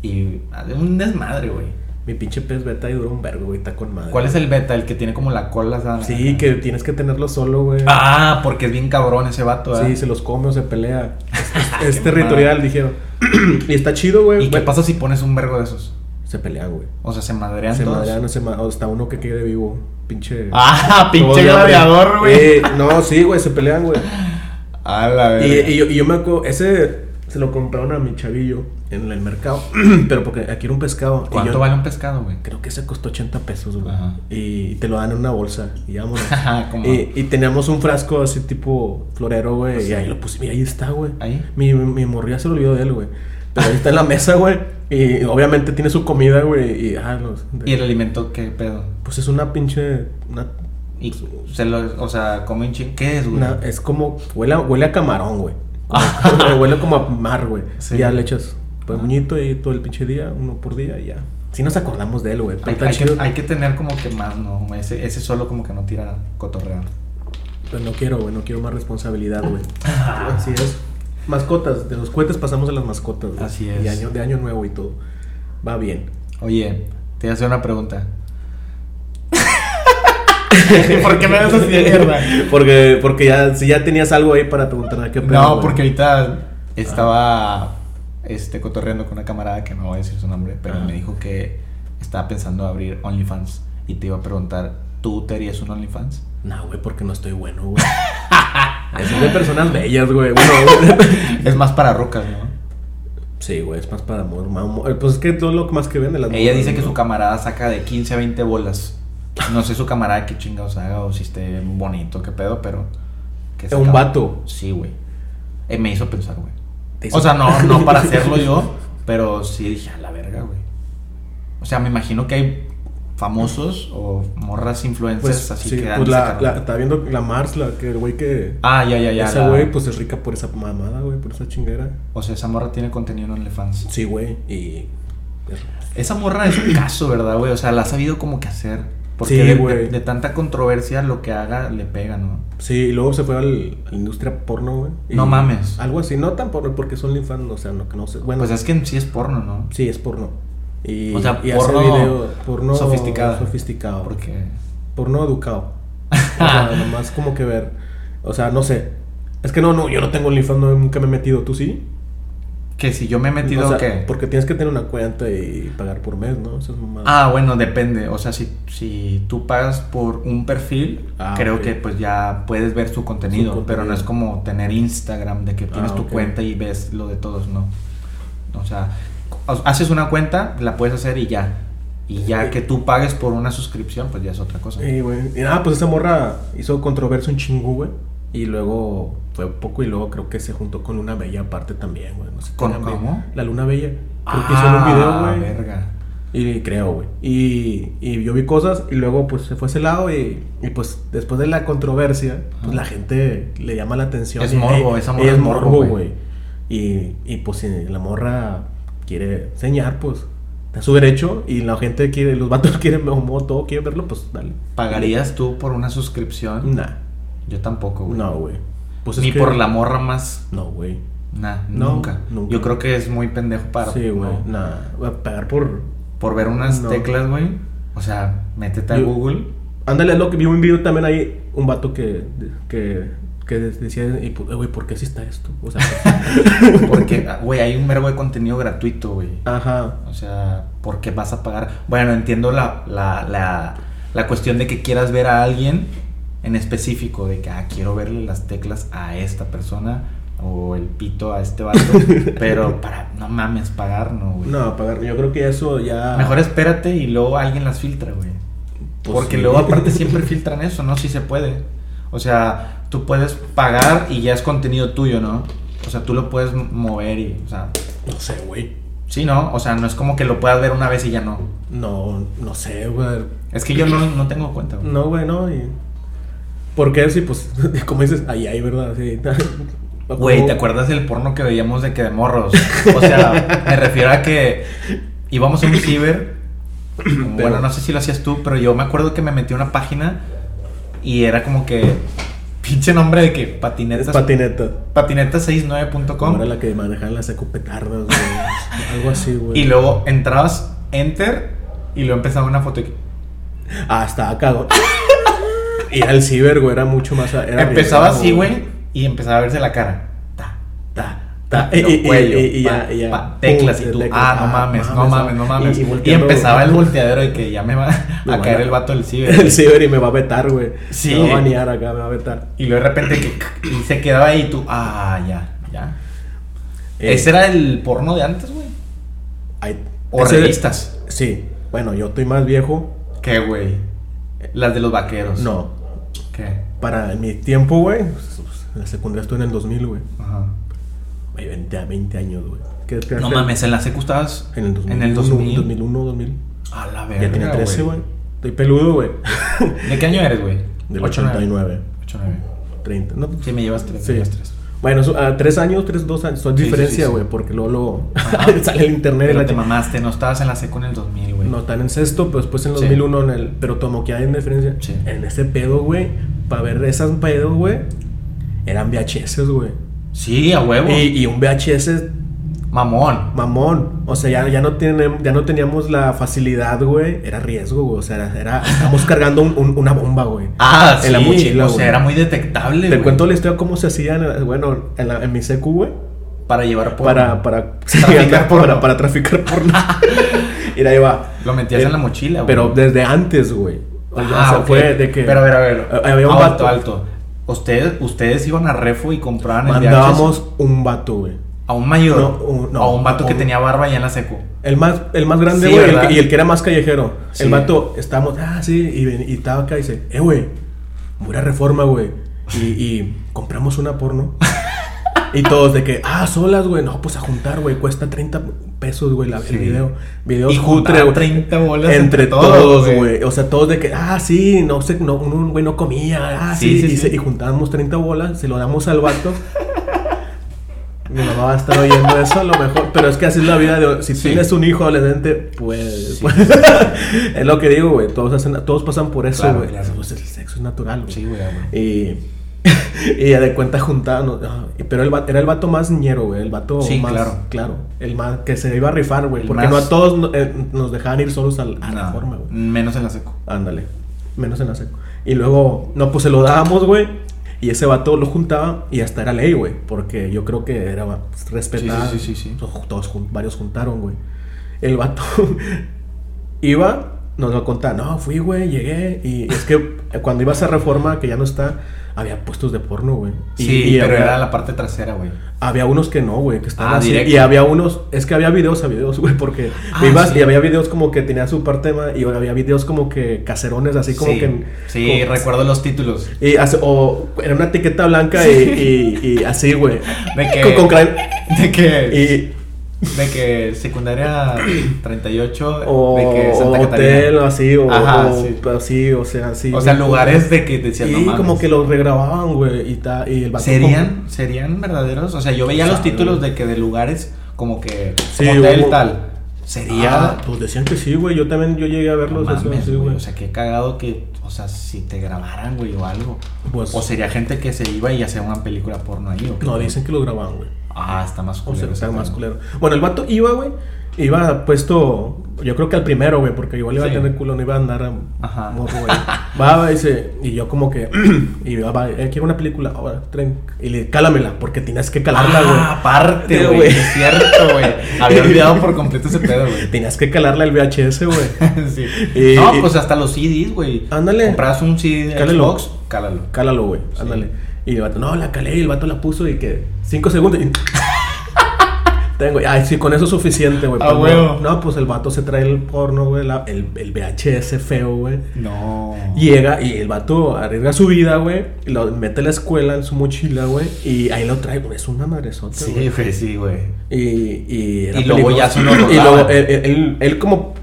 [SPEAKER 1] Y ah, un desmadre, güey.
[SPEAKER 2] Mi pinche pez beta y dura un vergo, güey. Está con madre.
[SPEAKER 1] ¿Cuál es el beta? El que tiene como la cola. ¿sabes?
[SPEAKER 2] Sí, que tienes que tenerlo solo, güey.
[SPEAKER 1] Ah, porque es bien cabrón ese vato, ¿verdad? Ah,
[SPEAKER 2] Sí, se los come o se pelea. Es- Es,
[SPEAKER 1] Qué
[SPEAKER 2] territorial, dijeron. y está chido, güey.
[SPEAKER 1] ¿Y qué
[SPEAKER 2] Bueno,
[SPEAKER 1] pasa si pones un vergo de esos?
[SPEAKER 2] Se pelea, güey.
[SPEAKER 1] O sea, se madrean
[SPEAKER 2] Se
[SPEAKER 1] todos.
[SPEAKER 2] madrean, este. se ma- o está uno que quede vivo. Pinche.
[SPEAKER 1] Ah,
[SPEAKER 2] Todo
[SPEAKER 1] pinche
[SPEAKER 2] de hambre.
[SPEAKER 1] gladiador, güey.
[SPEAKER 2] Eh, no, sí, güey, se pelean, güey.
[SPEAKER 1] A la
[SPEAKER 2] Y,
[SPEAKER 1] verga.
[SPEAKER 2] y yo, y yo me acuerdo, ese se lo compraron a mi chavillo en el mercado. pero porque aquí era un pescado. y
[SPEAKER 1] ¿Cuánto
[SPEAKER 2] yo-
[SPEAKER 1] vale un pescado, güey?
[SPEAKER 2] Creo que ese costó 80 pesos, güey.
[SPEAKER 1] Ajá.
[SPEAKER 2] Y te lo dan en una bolsa. Y vámonos.
[SPEAKER 1] Ajá, como-
[SPEAKER 2] y, y teníamos un frasco así tipo florero, güey.
[SPEAKER 1] Sí.
[SPEAKER 2] Y ahí lo puse. Mira, ahí está, güey.
[SPEAKER 1] Ahí.
[SPEAKER 2] Mi, mi morrilla se lo olvidó de él, güey. Pero ahí está en la mesa, güey. Y obviamente tiene su comida, güey. Y, ah, los-
[SPEAKER 1] ¿Y el alimento qué pedo?
[SPEAKER 2] Pues es una pinche. Una,
[SPEAKER 1] Y se lo, o sea, come un chin. ¿Qué es, güey?
[SPEAKER 2] una- es como. Huele a, huele a camarón, güey. Como- huele como a mar, güey.
[SPEAKER 1] Sí.
[SPEAKER 2] Y Ya le echas pues, muñito y todo el pinche día, uno por día y ya. Si nos acordamos de él, güey. pero
[SPEAKER 1] Hay,
[SPEAKER 2] está
[SPEAKER 1] hay que,
[SPEAKER 2] chido.
[SPEAKER 1] hay que tener como que más, ¿no? Ese, ese solo como que no tira cotorrear.
[SPEAKER 2] Pues no quiero, güey, no quiero más responsabilidad, güey. Así es. Mascotas, de los cohetes pasamos a las mascotas. güey.
[SPEAKER 1] Así es.
[SPEAKER 2] Y año, de año nuevo y todo. Va bien.
[SPEAKER 1] Oye, te voy a hacer una pregunta. ¿Por qué me das así de mierda?
[SPEAKER 2] porque porque ya, si ya tenías algo ahí para preguntar, ¿qué pedo,
[SPEAKER 1] No,
[SPEAKER 2] güey? Ah.
[SPEAKER 1] porque ahorita estaba este, cotorreando con una camarada que no voy a decir su nombre, pero
[SPEAKER 2] Ajá.
[SPEAKER 1] me dijo que estaba pensando abrir OnlyFans y te iba a preguntar, ¿tú te harías un OnlyFans?
[SPEAKER 2] No, güey, porque no estoy bueno, güey. es de personas bellas, güey. Bueno, güey.
[SPEAKER 1] Es más para rucas, ¿no?
[SPEAKER 2] sí, güey, es más para amor. mamo- eh, Pues es que todo lo más que vende las
[SPEAKER 1] Ella
[SPEAKER 2] morras,
[SPEAKER 1] dice que
[SPEAKER 2] ¿no?
[SPEAKER 1] su camarada saca de 15 a 20 bolas. No sé su camarada qué chingados haga o si esté bonito, qué pedo, pero. que
[SPEAKER 2] Es un
[SPEAKER 1] saca-
[SPEAKER 2] vato.
[SPEAKER 1] Sí, güey. Eh, me hizo pensar, güey.
[SPEAKER 2] Te hizo-
[SPEAKER 1] O sea, no, no para hacerlo yo, pero sí dije, a la verga, güey. O sea, me imagino que hay famosos o morras influencers
[SPEAKER 2] Pues,
[SPEAKER 1] así
[SPEAKER 2] sí,
[SPEAKER 1] que dan
[SPEAKER 2] pues la,
[SPEAKER 1] la,
[SPEAKER 2] la- estaba viendo la Mars, la que el güey que.
[SPEAKER 1] Ah, ya, ya, ya.
[SPEAKER 2] esa
[SPEAKER 1] la-
[SPEAKER 2] güey, pues es rica por esa mamada, güey, por esa chinguera.
[SPEAKER 1] O sea, esa morra tiene contenido en OnlyFans.
[SPEAKER 2] Sí, güey. Y.
[SPEAKER 1] Esa morra es un caso, ¿verdad, güey? O sea, la ha sabido como que hacer. Porque
[SPEAKER 2] Sí,
[SPEAKER 1] de,
[SPEAKER 2] güey.
[SPEAKER 1] de- de tanta controversia, lo que haga le pega, ¿no?
[SPEAKER 2] Sí, y luego se fue al- a la industria porno, güey. y
[SPEAKER 1] No mames.
[SPEAKER 2] Algo así, no tan porno, porque son OnlyFans, o sea, no, que no sé. Bueno,
[SPEAKER 1] Pues es que en sí es porno, ¿no?
[SPEAKER 2] sí, es porno. Y,
[SPEAKER 1] O sea,
[SPEAKER 2] y
[SPEAKER 1] porno
[SPEAKER 2] porno
[SPEAKER 1] sofisticada.
[SPEAKER 2] sofisticado.
[SPEAKER 1] Porque.
[SPEAKER 2] Porno educado. O sea, nomás como que ver. O sea, no sé. Es que no, no, yo no tengo OnlyFans, no, nunca me he metido. ¿Tú sí?
[SPEAKER 1] Que si yo me he metido,
[SPEAKER 2] O sea,
[SPEAKER 1] ¿qué?
[SPEAKER 2] Porque tienes que tener una cuenta y pagar por mes, ¿no? Eso es mamada.
[SPEAKER 1] Ah, bueno, depende. O sea, si, si tú pagas por un perfil,
[SPEAKER 2] Ah,
[SPEAKER 1] creo
[SPEAKER 2] ok.
[SPEAKER 1] que pues ya puedes ver su contenido,
[SPEAKER 2] Su contenido.
[SPEAKER 1] Pero no es como tener Instagram de que tienes
[SPEAKER 2] Ah,
[SPEAKER 1] tu
[SPEAKER 2] ok.
[SPEAKER 1] cuenta y ves lo de todos, no. O sea, o- haces una cuenta, la puedes hacer y ya. Y
[SPEAKER 2] Eh,
[SPEAKER 1] ya que tú pagues por una suscripción, pues ya es otra cosa.
[SPEAKER 2] Y, güey, y nada, pues esa morra hizo controversia un chingo, güey. Y luego fue poco y luego creo que se juntó con Luna Bella aparte también, güey. No sé qué
[SPEAKER 1] ¿Con
[SPEAKER 2] era,
[SPEAKER 1] cómo? Ah,
[SPEAKER 2] güey. La Luna Bella. Creo que hicieron un video, güey.
[SPEAKER 1] verga.
[SPEAKER 2] Y creo, güey. Y, y yo vi cosas y luego pues se fue a ese lado y, y, pues después de la controversia, pues
[SPEAKER 1] Ajá.
[SPEAKER 2] la gente le llama la atención.
[SPEAKER 1] Es
[SPEAKER 2] Y,
[SPEAKER 1] morbo,
[SPEAKER 2] eh,
[SPEAKER 1] esa morra
[SPEAKER 2] es
[SPEAKER 1] es morbo,
[SPEAKER 2] morbo,
[SPEAKER 1] güey.
[SPEAKER 2] güey. Y, y pues si la morra quiere enseñar, pues está su derecho y la gente quiere, los vatos quieren, o todo quiere verlo, pues dale.
[SPEAKER 1] ¿Pagarías tú por una suscripción?
[SPEAKER 2] Nah,
[SPEAKER 1] Yo tampoco, güey.
[SPEAKER 2] no, güey. Pues es
[SPEAKER 1] Ni
[SPEAKER 2] que-
[SPEAKER 1] por la morra más.
[SPEAKER 2] No, güey.
[SPEAKER 1] Nah,
[SPEAKER 2] No,
[SPEAKER 1] nunca.
[SPEAKER 2] nunca.
[SPEAKER 1] Yo creo que es muy pendejo para.
[SPEAKER 2] Sí, güey.
[SPEAKER 1] no.
[SPEAKER 2] Nah, voy a pagar por
[SPEAKER 1] Por ver unas
[SPEAKER 2] No.
[SPEAKER 1] teclas, güey. O sea, métete a
[SPEAKER 2] Yo-
[SPEAKER 1] Google.
[SPEAKER 2] Ándale, es lo que vi un video también ahí, un vato que, que, que decía, y, pu- eh, güey, ¿por qué sí está esto? O sea,
[SPEAKER 1] Porque, ah, güey, hay un verbo de contenido gratuito, güey.
[SPEAKER 2] ajá.
[SPEAKER 1] O sea, ¿por qué vas a pagar? Bueno, entiendo la, la, la, la cuestión de que quieras ver a alguien en específico, de que ah, quiero verle las teclas a esta persona o el pito a este vato, pero para, no mames, pagar no, güey.
[SPEAKER 2] No, pagar, yo creo que eso ya...
[SPEAKER 1] Mejor espérate y luego alguien las filtra, güey.
[SPEAKER 2] Pues
[SPEAKER 1] Porque
[SPEAKER 2] sí.
[SPEAKER 1] luego aparte siempre filtran eso, ¿no? Si se puede. O sea, tú puedes pagar y ya es contenido tuyo, ¿no? O sea, tú lo puedes mover y, o sea,
[SPEAKER 2] No sé, güey.
[SPEAKER 1] sí, ¿no? O sea, no es como que lo puedas ver una vez y ya no.
[SPEAKER 2] No, no sé, güey.
[SPEAKER 1] Es que yo no, no tengo cuenta, güey.
[SPEAKER 2] No, güey, no, y... ¿Por qué? Sí, pues, como dices, ahí hay, ¿verdad? Sí.
[SPEAKER 1] Güey, ¿te
[SPEAKER 2] Oh.
[SPEAKER 1] acuerdas del porno que veíamos de que de morros? O sea, me refiero a que íbamos a un ciber. Bueno, no sé si lo hacías tú, pero yo me acuerdo que me metí a una página y era como que pinche nombre de que patinetas
[SPEAKER 2] Es patineta. Como era
[SPEAKER 1] 69com
[SPEAKER 2] la que manejaban las ecopetardas, güey. Algo así, güey.
[SPEAKER 1] y luego entrabas enter y luego empezaba una foto y
[SPEAKER 2] Ah, estaba cagón. Ir al ciber, güey, era mucho más... Era
[SPEAKER 1] empezaba
[SPEAKER 2] arriesgado,
[SPEAKER 1] así, güey, y empezaba a verse la cara. Ta,
[SPEAKER 2] Ta, ta,
[SPEAKER 1] ta,
[SPEAKER 2] y,
[SPEAKER 1] y,
[SPEAKER 2] y-
[SPEAKER 1] cuello,
[SPEAKER 2] y- y
[SPEAKER 1] pa,
[SPEAKER 2] ya, y ya.
[SPEAKER 1] pa, teclas y
[SPEAKER 2] Pum,
[SPEAKER 1] tú,
[SPEAKER 2] teclas.
[SPEAKER 1] ah, no mames, no mames, no mames. Y,
[SPEAKER 2] volteando-
[SPEAKER 1] empezaba el volteadero de que ya me va
[SPEAKER 2] Me
[SPEAKER 1] a
[SPEAKER 2] van
[SPEAKER 1] caer
[SPEAKER 2] a-
[SPEAKER 1] el vato del ciber.
[SPEAKER 2] El ciber y me va a vetar, güey.
[SPEAKER 1] Sí.
[SPEAKER 2] Me va a banear acá, me va a vetar.
[SPEAKER 1] Y luego de repente que, y se quedaba ahí y tú, ah, ya, ya.
[SPEAKER 2] Eh,
[SPEAKER 1] Ese era el porno de antes, güey.
[SPEAKER 2] ay,
[SPEAKER 1] O
[SPEAKER 2] ese-
[SPEAKER 1] revistas.
[SPEAKER 2] Sí. Bueno, yo estoy más viejo.
[SPEAKER 1] ¿Qué, güey? Las de los vaqueros.
[SPEAKER 2] No.
[SPEAKER 1] ¿Qué?
[SPEAKER 2] Para mi tiempo, güey. En la secundaria estuve en el 2000, güey.
[SPEAKER 1] Ajá.
[SPEAKER 2] Ay, 20, a 20 años, güey. ¿Qué- qué
[SPEAKER 1] No
[SPEAKER 2] hace-
[SPEAKER 1] mames, en la secu estabas.
[SPEAKER 2] Este- En el 2000.
[SPEAKER 1] En el 2000.
[SPEAKER 2] 2001, 2000.
[SPEAKER 1] A la verga.
[SPEAKER 2] Ya tenía 13, güey. Estoy peludo, güey.
[SPEAKER 1] ¿De qué año eres, güey?
[SPEAKER 2] Del
[SPEAKER 1] 8,
[SPEAKER 2] 89.
[SPEAKER 1] 89.
[SPEAKER 2] 30. No,
[SPEAKER 1] Sí, me llevas 3.
[SPEAKER 2] Sí.
[SPEAKER 1] Me llevas 3.
[SPEAKER 2] Bueno, so- a tres años, tres, dos años, son
[SPEAKER 1] Sí, sí, sí,
[SPEAKER 2] diferencia,
[SPEAKER 1] sí.
[SPEAKER 2] güey, porque luego, luego
[SPEAKER 1] Ajá.
[SPEAKER 2] sale el internet y
[SPEAKER 1] Pero
[SPEAKER 2] la
[SPEAKER 1] te
[SPEAKER 2] ch-
[SPEAKER 1] mamaste, no estabas en la secu en el 2000, güey.
[SPEAKER 2] No están en sexto, pero después en el
[SPEAKER 1] Sí.
[SPEAKER 2] 2001 en el. Pero como que hay en diferencia.
[SPEAKER 1] Sí.
[SPEAKER 2] En ese pedo, güey, para ver esas pedos, güey, eran VHS, güey.
[SPEAKER 1] Sí, a huevo.
[SPEAKER 2] Y, y un VHS
[SPEAKER 1] Mamón.
[SPEAKER 2] mamón. O sea, ya, ya, no, tiene, ya no teníamos la facilidad, güey. Era riesgo, güey. O sea, era. era- estábamos cargando un- un- una bomba, güey.
[SPEAKER 1] Ah, sí.
[SPEAKER 2] En la mochila,
[SPEAKER 1] o sea,
[SPEAKER 2] güey.
[SPEAKER 1] era muy detectable,
[SPEAKER 2] Te
[SPEAKER 1] güey.
[SPEAKER 2] cuento la historia cómo se hacía, en la- bueno, en, la- en mi CQ, güey.
[SPEAKER 1] Para llevar por.
[SPEAKER 2] para, para
[SPEAKER 1] Traficar porno.
[SPEAKER 2] Para, para traficar porno. y ahí va.
[SPEAKER 1] Lo metías
[SPEAKER 2] Eh,
[SPEAKER 1] en la mochila, güey.
[SPEAKER 2] Pero desde antes, güey. O sea,
[SPEAKER 1] Ah,
[SPEAKER 2] se
[SPEAKER 1] ok.
[SPEAKER 2] fue de que
[SPEAKER 1] Pero a ver, a ver.
[SPEAKER 2] Eh, había un
[SPEAKER 1] alto,
[SPEAKER 2] vato.
[SPEAKER 1] alto. Ustedes, ustedes iban a refo y compraban el
[SPEAKER 2] mandábamos
[SPEAKER 1] VHS
[SPEAKER 2] un vato, güey.
[SPEAKER 1] a un mayor.
[SPEAKER 2] No, un- no,
[SPEAKER 1] a un vato que
[SPEAKER 2] un-
[SPEAKER 1] tenía barba ya en la secu.
[SPEAKER 2] El más, el más grande,
[SPEAKER 1] Sí,
[SPEAKER 2] güey, el
[SPEAKER 1] ¿verdad?
[SPEAKER 2] que- y el que era más callejero.
[SPEAKER 1] Sí.
[SPEAKER 2] El vato, estábamos, ah, sí, y, ven- y estaba acá y dice, eh, güey, buena reforma, güey. Y, y compramos una porno. y todos de que, ah, solas, güey, no, pues a juntar, güey, cuesta 30 pesos, güey, la-
[SPEAKER 1] Sí.
[SPEAKER 2] el video. Video
[SPEAKER 1] Y
[SPEAKER 2] cutre,
[SPEAKER 1] juntaban
[SPEAKER 2] güey.
[SPEAKER 1] 30 bolas
[SPEAKER 2] entre todos, güey. O sea, todos de que, ah, sí, no sé, no, un un güey no comía, ah,
[SPEAKER 1] Sí, sí,
[SPEAKER 2] sí, y,
[SPEAKER 1] sí.
[SPEAKER 2] se- y juntábamos 30 bolas, se lo damos al vato. Mi mamá va a estar oyendo eso a lo mejor, pero es que así es la vida de si
[SPEAKER 1] Sí.
[SPEAKER 2] tienes un hijo adolescente, pues,
[SPEAKER 1] Sí.
[SPEAKER 2] pues, es lo que digo, güey, todos hacen todos pasan por eso,
[SPEAKER 1] Claro,
[SPEAKER 2] güey.
[SPEAKER 1] claro.
[SPEAKER 2] Pues el sexo es natural, güey.
[SPEAKER 1] Sí, güey, a huevo.
[SPEAKER 2] Y y ya de cuenta juntada, no, ah, pero el va- era el vato más ñero, güey, el vato
[SPEAKER 1] Sí,
[SPEAKER 2] más
[SPEAKER 1] claro.
[SPEAKER 2] el más que se iba a rifar, güey,
[SPEAKER 1] El
[SPEAKER 2] porque
[SPEAKER 1] más-
[SPEAKER 2] no a todos no- eh, nos dejaban ir solos al- a la
[SPEAKER 1] No,
[SPEAKER 2] forma, güey.
[SPEAKER 1] menos en la secu.
[SPEAKER 2] Ándale. Menos en la seco. Y luego, no, pues se lo dábamos, güey. Y ese vato lo juntaba y hasta era ley, güey. Porque yo creo que era pues, respetada.
[SPEAKER 1] Sí, sí, sí, sí, sí.
[SPEAKER 2] Todos, jun- varios juntaron, güey. El vato iba, nos lo contaba. No, fui, güey, llegué. Y es que cuando ibas a reforma, que ya no está, había puestos de porno, güey. Y-
[SPEAKER 1] Sí,
[SPEAKER 2] y
[SPEAKER 1] pero
[SPEAKER 2] había-
[SPEAKER 1] era la parte trasera, güey.
[SPEAKER 2] Había unos que no, güey, que estaban
[SPEAKER 1] Ah,
[SPEAKER 2] así.
[SPEAKER 1] directo.
[SPEAKER 2] Y había unos, es que había videos a videos, güey, porque
[SPEAKER 1] Ah,
[SPEAKER 2] ibas
[SPEAKER 1] sí.
[SPEAKER 2] y había videos como que tenía su parte ma- y había videos como que caserones, así como
[SPEAKER 1] sí,
[SPEAKER 2] que.
[SPEAKER 1] sí
[SPEAKER 2] como-
[SPEAKER 1] recuerdo los títulos.
[SPEAKER 2] Y hace- o era una etiqueta blanca y, y- y así, güey.
[SPEAKER 1] De que-
[SPEAKER 2] Con, con crayon.
[SPEAKER 1] De que,
[SPEAKER 2] Y,
[SPEAKER 1] de que secundaria 38,
[SPEAKER 2] o
[SPEAKER 1] de que Santa
[SPEAKER 2] hotel, o
[SPEAKER 1] Catarina.
[SPEAKER 2] así, o,
[SPEAKER 1] Ajá,
[SPEAKER 2] o
[SPEAKER 1] sí.
[SPEAKER 2] así, o sea, así.
[SPEAKER 1] O sea, lugares de que decían,
[SPEAKER 2] Y
[SPEAKER 1] no mames.
[SPEAKER 2] como que los regrababan, güey, y, ta- y el vato como-
[SPEAKER 1] ¿Serían, ¿Serían verdaderos? O sea, yo veía los
[SPEAKER 2] Sabe.
[SPEAKER 1] títulos de que de lugares como que
[SPEAKER 2] Sí,
[SPEAKER 1] hotel
[SPEAKER 2] hubo-
[SPEAKER 1] tal. Sería...
[SPEAKER 2] Ah, pues decían que sí, güey. Yo también yo llegué a
[SPEAKER 1] No
[SPEAKER 2] verlos. eso,
[SPEAKER 1] mames,
[SPEAKER 2] sí,
[SPEAKER 1] güey,
[SPEAKER 2] güey.
[SPEAKER 1] O sea, qué cagado que, o sea, si te grabaran, güey, o algo.
[SPEAKER 2] Pues-
[SPEAKER 1] o sería gente que se iba y hacía una película porno ahí, ¿o qué?
[SPEAKER 2] no, dicen que lo grababan, güey.
[SPEAKER 1] Ah, está más
[SPEAKER 2] O
[SPEAKER 1] culero.
[SPEAKER 2] sea, está
[SPEAKER 1] ese
[SPEAKER 2] más
[SPEAKER 1] tema.
[SPEAKER 2] culero. Bueno, el vato iba, güey. Iba puesto, yo creo que al primero, güey, porque igual iba
[SPEAKER 1] Sí.
[SPEAKER 2] a tener culo, no iba a andar a
[SPEAKER 1] Ajá.
[SPEAKER 2] morro, güey. Va, va, dice, y yo como que, y va, va, eh, quiero una película, ahora, tren, y le, cálamela, porque tienes que calarla, güey.
[SPEAKER 1] Ah, aparte,
[SPEAKER 2] Sí,
[SPEAKER 1] güey.
[SPEAKER 2] güey.
[SPEAKER 1] Es cierto, güey. Había olvidado por completo ese pedo, güey.
[SPEAKER 2] Tenías que calarla el VHS, güey.
[SPEAKER 1] Sí.
[SPEAKER 2] Y-
[SPEAKER 1] no,
[SPEAKER 2] y-
[SPEAKER 1] pues hasta los CDs, güey.
[SPEAKER 2] Ándale.
[SPEAKER 1] Compras un CD de
[SPEAKER 2] Cálalo.
[SPEAKER 1] Xbox, cálalo.
[SPEAKER 2] Cálalo, güey, ándale. Y el vato, no, la calé, y el vato la puso, y que, cinco segundos, y... Tengo, ay, sí, con eso es suficiente, güey.
[SPEAKER 1] Ah,
[SPEAKER 2] pues, no.
[SPEAKER 1] huevo.
[SPEAKER 2] No, pues el vato se trae el porno, güey, la- el, el VHS feo, güey.
[SPEAKER 1] No.
[SPEAKER 2] Llega y el vato arriesga su vida, güey. y Lo mete a la escuela en su mochila, güey. Y ahí lo trae, güey. Es una madresota,
[SPEAKER 1] Sí,
[SPEAKER 2] güey.
[SPEAKER 1] güey, sí, güey.
[SPEAKER 2] Y, y, era
[SPEAKER 1] Y luego
[SPEAKER 2] peligroso.
[SPEAKER 1] ya se lo
[SPEAKER 2] Y
[SPEAKER 1] robaban.
[SPEAKER 2] luego él, él- él- él como,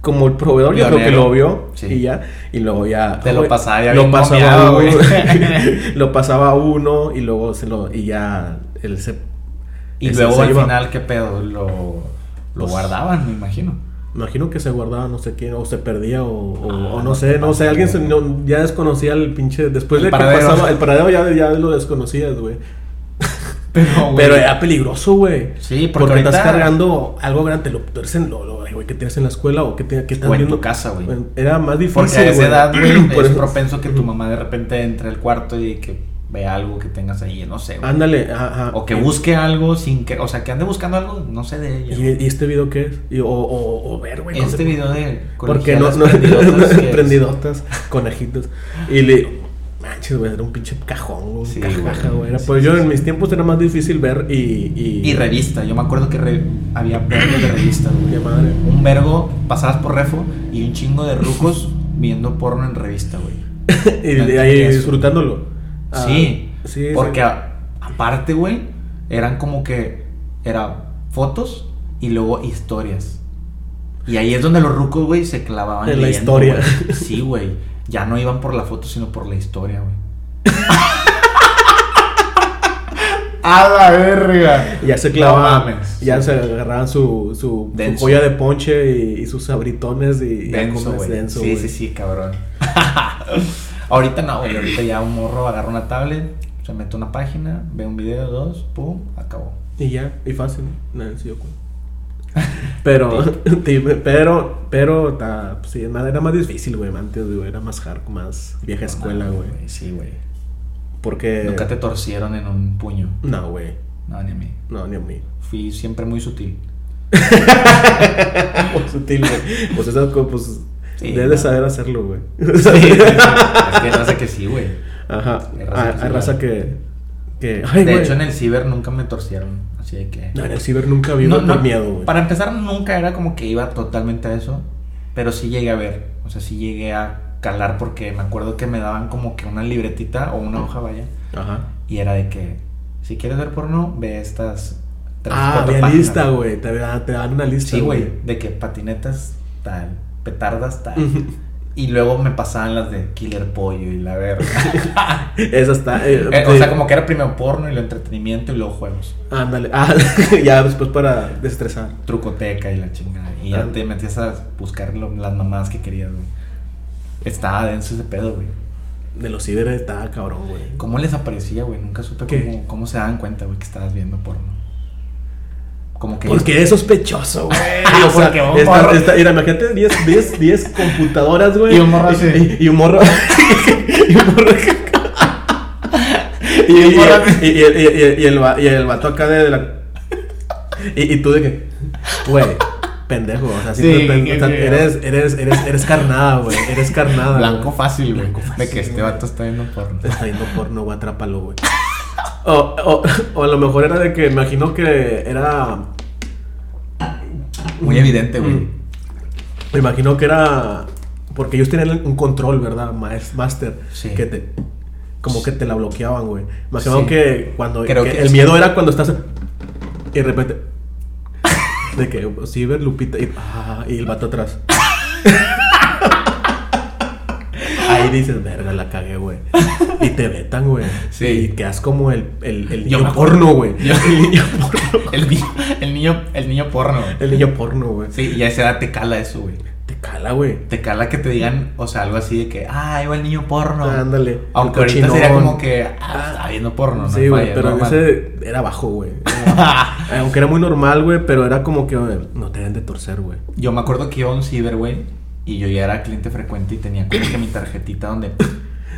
[SPEAKER 2] como el proveedor, yo creo que
[SPEAKER 1] Pionero.
[SPEAKER 2] lo vio.
[SPEAKER 1] Sí.
[SPEAKER 2] Y ya. Y luego ya.
[SPEAKER 1] Te lo
[SPEAKER 2] güey,
[SPEAKER 1] pasaba ya
[SPEAKER 2] Lo
[SPEAKER 1] bien
[SPEAKER 2] pasaba
[SPEAKER 1] momiado, güey.
[SPEAKER 2] uno, lo pasaba a uno. Y luego se lo. Y ya. Él se.
[SPEAKER 1] Y
[SPEAKER 2] él se-
[SPEAKER 1] luego
[SPEAKER 2] se
[SPEAKER 1] al
[SPEAKER 2] iba.
[SPEAKER 1] final, ¿qué pedo? Lo, lo
[SPEAKER 2] Pues-
[SPEAKER 1] guardaban, me imagino.
[SPEAKER 2] Imagino que se guardaba, no sé quién, o se perdía, o, o-
[SPEAKER 1] Ah,
[SPEAKER 2] o
[SPEAKER 1] no
[SPEAKER 2] no sé,
[SPEAKER 1] te
[SPEAKER 2] no sé,
[SPEAKER 1] pases,
[SPEAKER 2] alguien se-
[SPEAKER 1] güey.
[SPEAKER 2] no- ya desconocía el pinche. Después
[SPEAKER 1] El
[SPEAKER 2] de que
[SPEAKER 1] paradero.
[SPEAKER 2] pasaba, el paradero ya, ya lo desconocías, güey.
[SPEAKER 1] Pero, güey.
[SPEAKER 2] Pero era peligroso, güey.
[SPEAKER 1] Sí, porque
[SPEAKER 2] porque, estás
[SPEAKER 1] ahorita-
[SPEAKER 2] cargando algo grande, te lo tienes en, lo, lo- güey, que tienes en la escuela o que, te, que estás
[SPEAKER 1] O en
[SPEAKER 2] viendo.
[SPEAKER 1] tu casa, güey.
[SPEAKER 2] Era más difícil.
[SPEAKER 1] Porque a esa
[SPEAKER 2] güey.
[SPEAKER 1] edad, güey,
[SPEAKER 2] Por
[SPEAKER 1] es
[SPEAKER 2] eso-
[SPEAKER 1] propenso que tu mamá de repente entre al cuarto y que vea algo que tengas ahí, no sé, güey.
[SPEAKER 2] Ándale, ajá.
[SPEAKER 1] O que busque algo sin que, o sea, que ande buscando algo, no sé de ella.
[SPEAKER 2] ¿Y, y este video qué es? Y- o, o- o ver, güey. no
[SPEAKER 1] este
[SPEAKER 2] sé.
[SPEAKER 1] video de
[SPEAKER 2] Porque no,
[SPEAKER 1] colegialas
[SPEAKER 2] no,
[SPEAKER 1] prendidotas que es-
[SPEAKER 2] prendidotas, conejitos. Y le. Manches, güey, era un pinche cajón, un
[SPEAKER 1] Sí,
[SPEAKER 2] cajaja,
[SPEAKER 1] güey.
[SPEAKER 2] güey. Era-
[SPEAKER 1] Sí,
[SPEAKER 2] Pues
[SPEAKER 1] sí,
[SPEAKER 2] yo
[SPEAKER 1] sí.
[SPEAKER 2] en mis tiempos era más difícil ver y. Y,
[SPEAKER 1] Y revista, yo me acuerdo que re- había vergo de revistas, güey.
[SPEAKER 2] Qué madre.
[SPEAKER 1] Un vergo, pasabas por refo y un chingo de rucos viendo porno en revista, güey.
[SPEAKER 2] y de ahí disfrutándolo. Ah,
[SPEAKER 1] sí,
[SPEAKER 2] sí.
[SPEAKER 1] Porque
[SPEAKER 2] sí.
[SPEAKER 1] a- aparte, güey, eran como que era fotos y luego historias. Y ahí es donde los rucos, güey, se clavaban
[SPEAKER 2] En la
[SPEAKER 1] leyendo,
[SPEAKER 2] historia.
[SPEAKER 1] güey. Sí, güey. Ya no iban por la foto, sino por la historia, güey. A la verga.
[SPEAKER 2] Ya se clavaban,
[SPEAKER 1] No mames.
[SPEAKER 2] ya se agarraban su, su, su
[SPEAKER 1] Denso.
[SPEAKER 2] joya de ponche y, y sus abritones y y a
[SPEAKER 1] Denso,
[SPEAKER 2] comer
[SPEAKER 1] güey.
[SPEAKER 2] denso,
[SPEAKER 1] sí,
[SPEAKER 2] güey.
[SPEAKER 1] sí, sí, cabrón. ahorita no, güey. Ahorita ya un morro agarra una tablet, se mete a una página, ve un video, dos, pum, acabó.
[SPEAKER 2] Y ya, y fácil, nadie se dio cuenta. Pero, tip, pero, pero, ta, pues, sí, era más difícil, güey, antes, güey, era más hard, más vieja escuela, güey. Eh.
[SPEAKER 1] Sí, güey.
[SPEAKER 2] Porque...
[SPEAKER 1] Nunca te torcieron en un puño.
[SPEAKER 2] No, güey,
[SPEAKER 1] No, ni a mí.
[SPEAKER 2] no, ni a mí.
[SPEAKER 1] Fui siempre muy sutil.
[SPEAKER 2] Muy sutil, Ah, güey. Pues esas cosas, pues,
[SPEAKER 1] Sí,
[SPEAKER 2] debes
[SPEAKER 1] no.
[SPEAKER 2] de saber hacerlo, güey.
[SPEAKER 1] es que raza que sí, güey.
[SPEAKER 2] Ajá, Ah,
[SPEAKER 1] Hay raza que
[SPEAKER 2] hay raza,
[SPEAKER 1] sí, güey.
[SPEAKER 2] que... que
[SPEAKER 1] De
[SPEAKER 2] ay, güey.
[SPEAKER 1] hecho, en el ciber nunca me torcieron. Así de que.
[SPEAKER 2] No, en el ciber nunca vi
[SPEAKER 1] No,
[SPEAKER 2] por
[SPEAKER 1] no,
[SPEAKER 2] miedo, güey.
[SPEAKER 1] Para empezar, nunca era como que iba totalmente a eso. Pero sí llegué a ver. O sea, sí llegué a calar porque me acuerdo que me daban como que una libretita o
[SPEAKER 2] Ah.
[SPEAKER 1] una hoja, vaya.
[SPEAKER 2] Ajá.
[SPEAKER 1] Y era de que, si quieres ver porno, ve estas tres,
[SPEAKER 2] Ah,
[SPEAKER 1] cuatro
[SPEAKER 2] había
[SPEAKER 1] páginas.
[SPEAKER 2] lista, güey. Te, da- te dan una lista.
[SPEAKER 1] Sí, güey. De que patinetas tal, petardas tal.
[SPEAKER 2] Ujú.
[SPEAKER 1] Y luego me pasaban las de Killer Pollo y la verga.
[SPEAKER 2] Esa está. eh,
[SPEAKER 1] Eh, o
[SPEAKER 2] sí.
[SPEAKER 1] sea, como que era primero porno y lo entretenimiento y luego juegos.
[SPEAKER 2] Ándale. Ah, ya después para destresar.
[SPEAKER 1] Trucoteca y la chingada. Y ya
[SPEAKER 2] Ah.
[SPEAKER 1] te metías a buscar lo- las mamadas que querías, güey. Estaba denso ese pedo, güey.
[SPEAKER 2] De los ciber está cabrón, güey.
[SPEAKER 1] ¿Cómo les aparecía, güey? Nunca supe
[SPEAKER 2] ¿Qué?
[SPEAKER 1] cómo, cómo se daban cuenta, güey, que estabas viendo porno. Como que.
[SPEAKER 2] Porque eres sospechoso, güey.
[SPEAKER 1] Ah, porque un
[SPEAKER 2] esta-
[SPEAKER 1] morro-
[SPEAKER 2] esta- mira, imagínate 10, 10, 10 computadoras, güey.
[SPEAKER 1] Y un morro así.
[SPEAKER 2] Y, y un morro. y un morro. y,
[SPEAKER 1] Y un
[SPEAKER 2] y-
[SPEAKER 1] morro
[SPEAKER 2] y- y- y- y- y el, va- y el vato acá de la. Y, y tú de que. Güey. pendejo. O sea,
[SPEAKER 1] Sí,
[SPEAKER 2] siempre pen-
[SPEAKER 1] qué
[SPEAKER 2] o sea,
[SPEAKER 1] feo.
[SPEAKER 2] eres, eres, eres, eres carnada, güey. Eres carnada.
[SPEAKER 1] Blanco
[SPEAKER 2] güey.
[SPEAKER 1] fácil, güey.
[SPEAKER 2] Blanco
[SPEAKER 1] De
[SPEAKER 2] fácil,
[SPEAKER 1] que este
[SPEAKER 2] güey.
[SPEAKER 1] vato está viendo porno.
[SPEAKER 2] Te Está viendo porno, güey, atrápalo, güey. O, o, o a lo mejor era de que, me imagino que era
[SPEAKER 1] Muy evidente, güey.
[SPEAKER 2] Mm. Me imagino que era. Porque ellos tenían un control, ¿verdad? Maes- Master.
[SPEAKER 1] Sí.
[SPEAKER 2] Que te. Como que te la bloqueaban, güey. Me imagino
[SPEAKER 1] Sí.
[SPEAKER 2] que cuando.
[SPEAKER 1] Creo
[SPEAKER 2] que
[SPEAKER 1] que
[SPEAKER 2] el
[SPEAKER 1] sí.
[SPEAKER 2] miedo era cuando estás. Y de repente. De que. Ciber, Lupita. Y, ah, y el vato atrás. Ahí dices, verga, la cagué, güey. Y te vetan, güey.
[SPEAKER 1] Sí.
[SPEAKER 2] Y quedas como el, el, el
[SPEAKER 1] Yo
[SPEAKER 2] niño
[SPEAKER 1] me acuerdo.
[SPEAKER 2] porno, güey.
[SPEAKER 1] Yo-
[SPEAKER 2] El niño porno.
[SPEAKER 1] El niño, el niño, el niño porno. güey.
[SPEAKER 2] El niño porno, güey.
[SPEAKER 1] Sí, y a esa edad te cala eso, güey.
[SPEAKER 2] Te cala, güey.
[SPEAKER 1] Te cala que te digan, o sea, algo así de que, ah, ahí va el niño porno.
[SPEAKER 2] Ándale.
[SPEAKER 1] Aunque
[SPEAKER 2] El
[SPEAKER 1] ahorita
[SPEAKER 2] cochinón.
[SPEAKER 1] sería como que, ah, está viendo porno, ¿no?
[SPEAKER 2] sí,
[SPEAKER 1] Falla,
[SPEAKER 2] güey, pero
[SPEAKER 1] normal.
[SPEAKER 2] ese era bajo, güey. Era- Aunque era muy normal, güey, pero era como que eh, no te den de torcer, güey.
[SPEAKER 1] Yo me acuerdo que iba a un ciber, güey, y yo ya era cliente frecuente y tenía como que mi tarjetita donde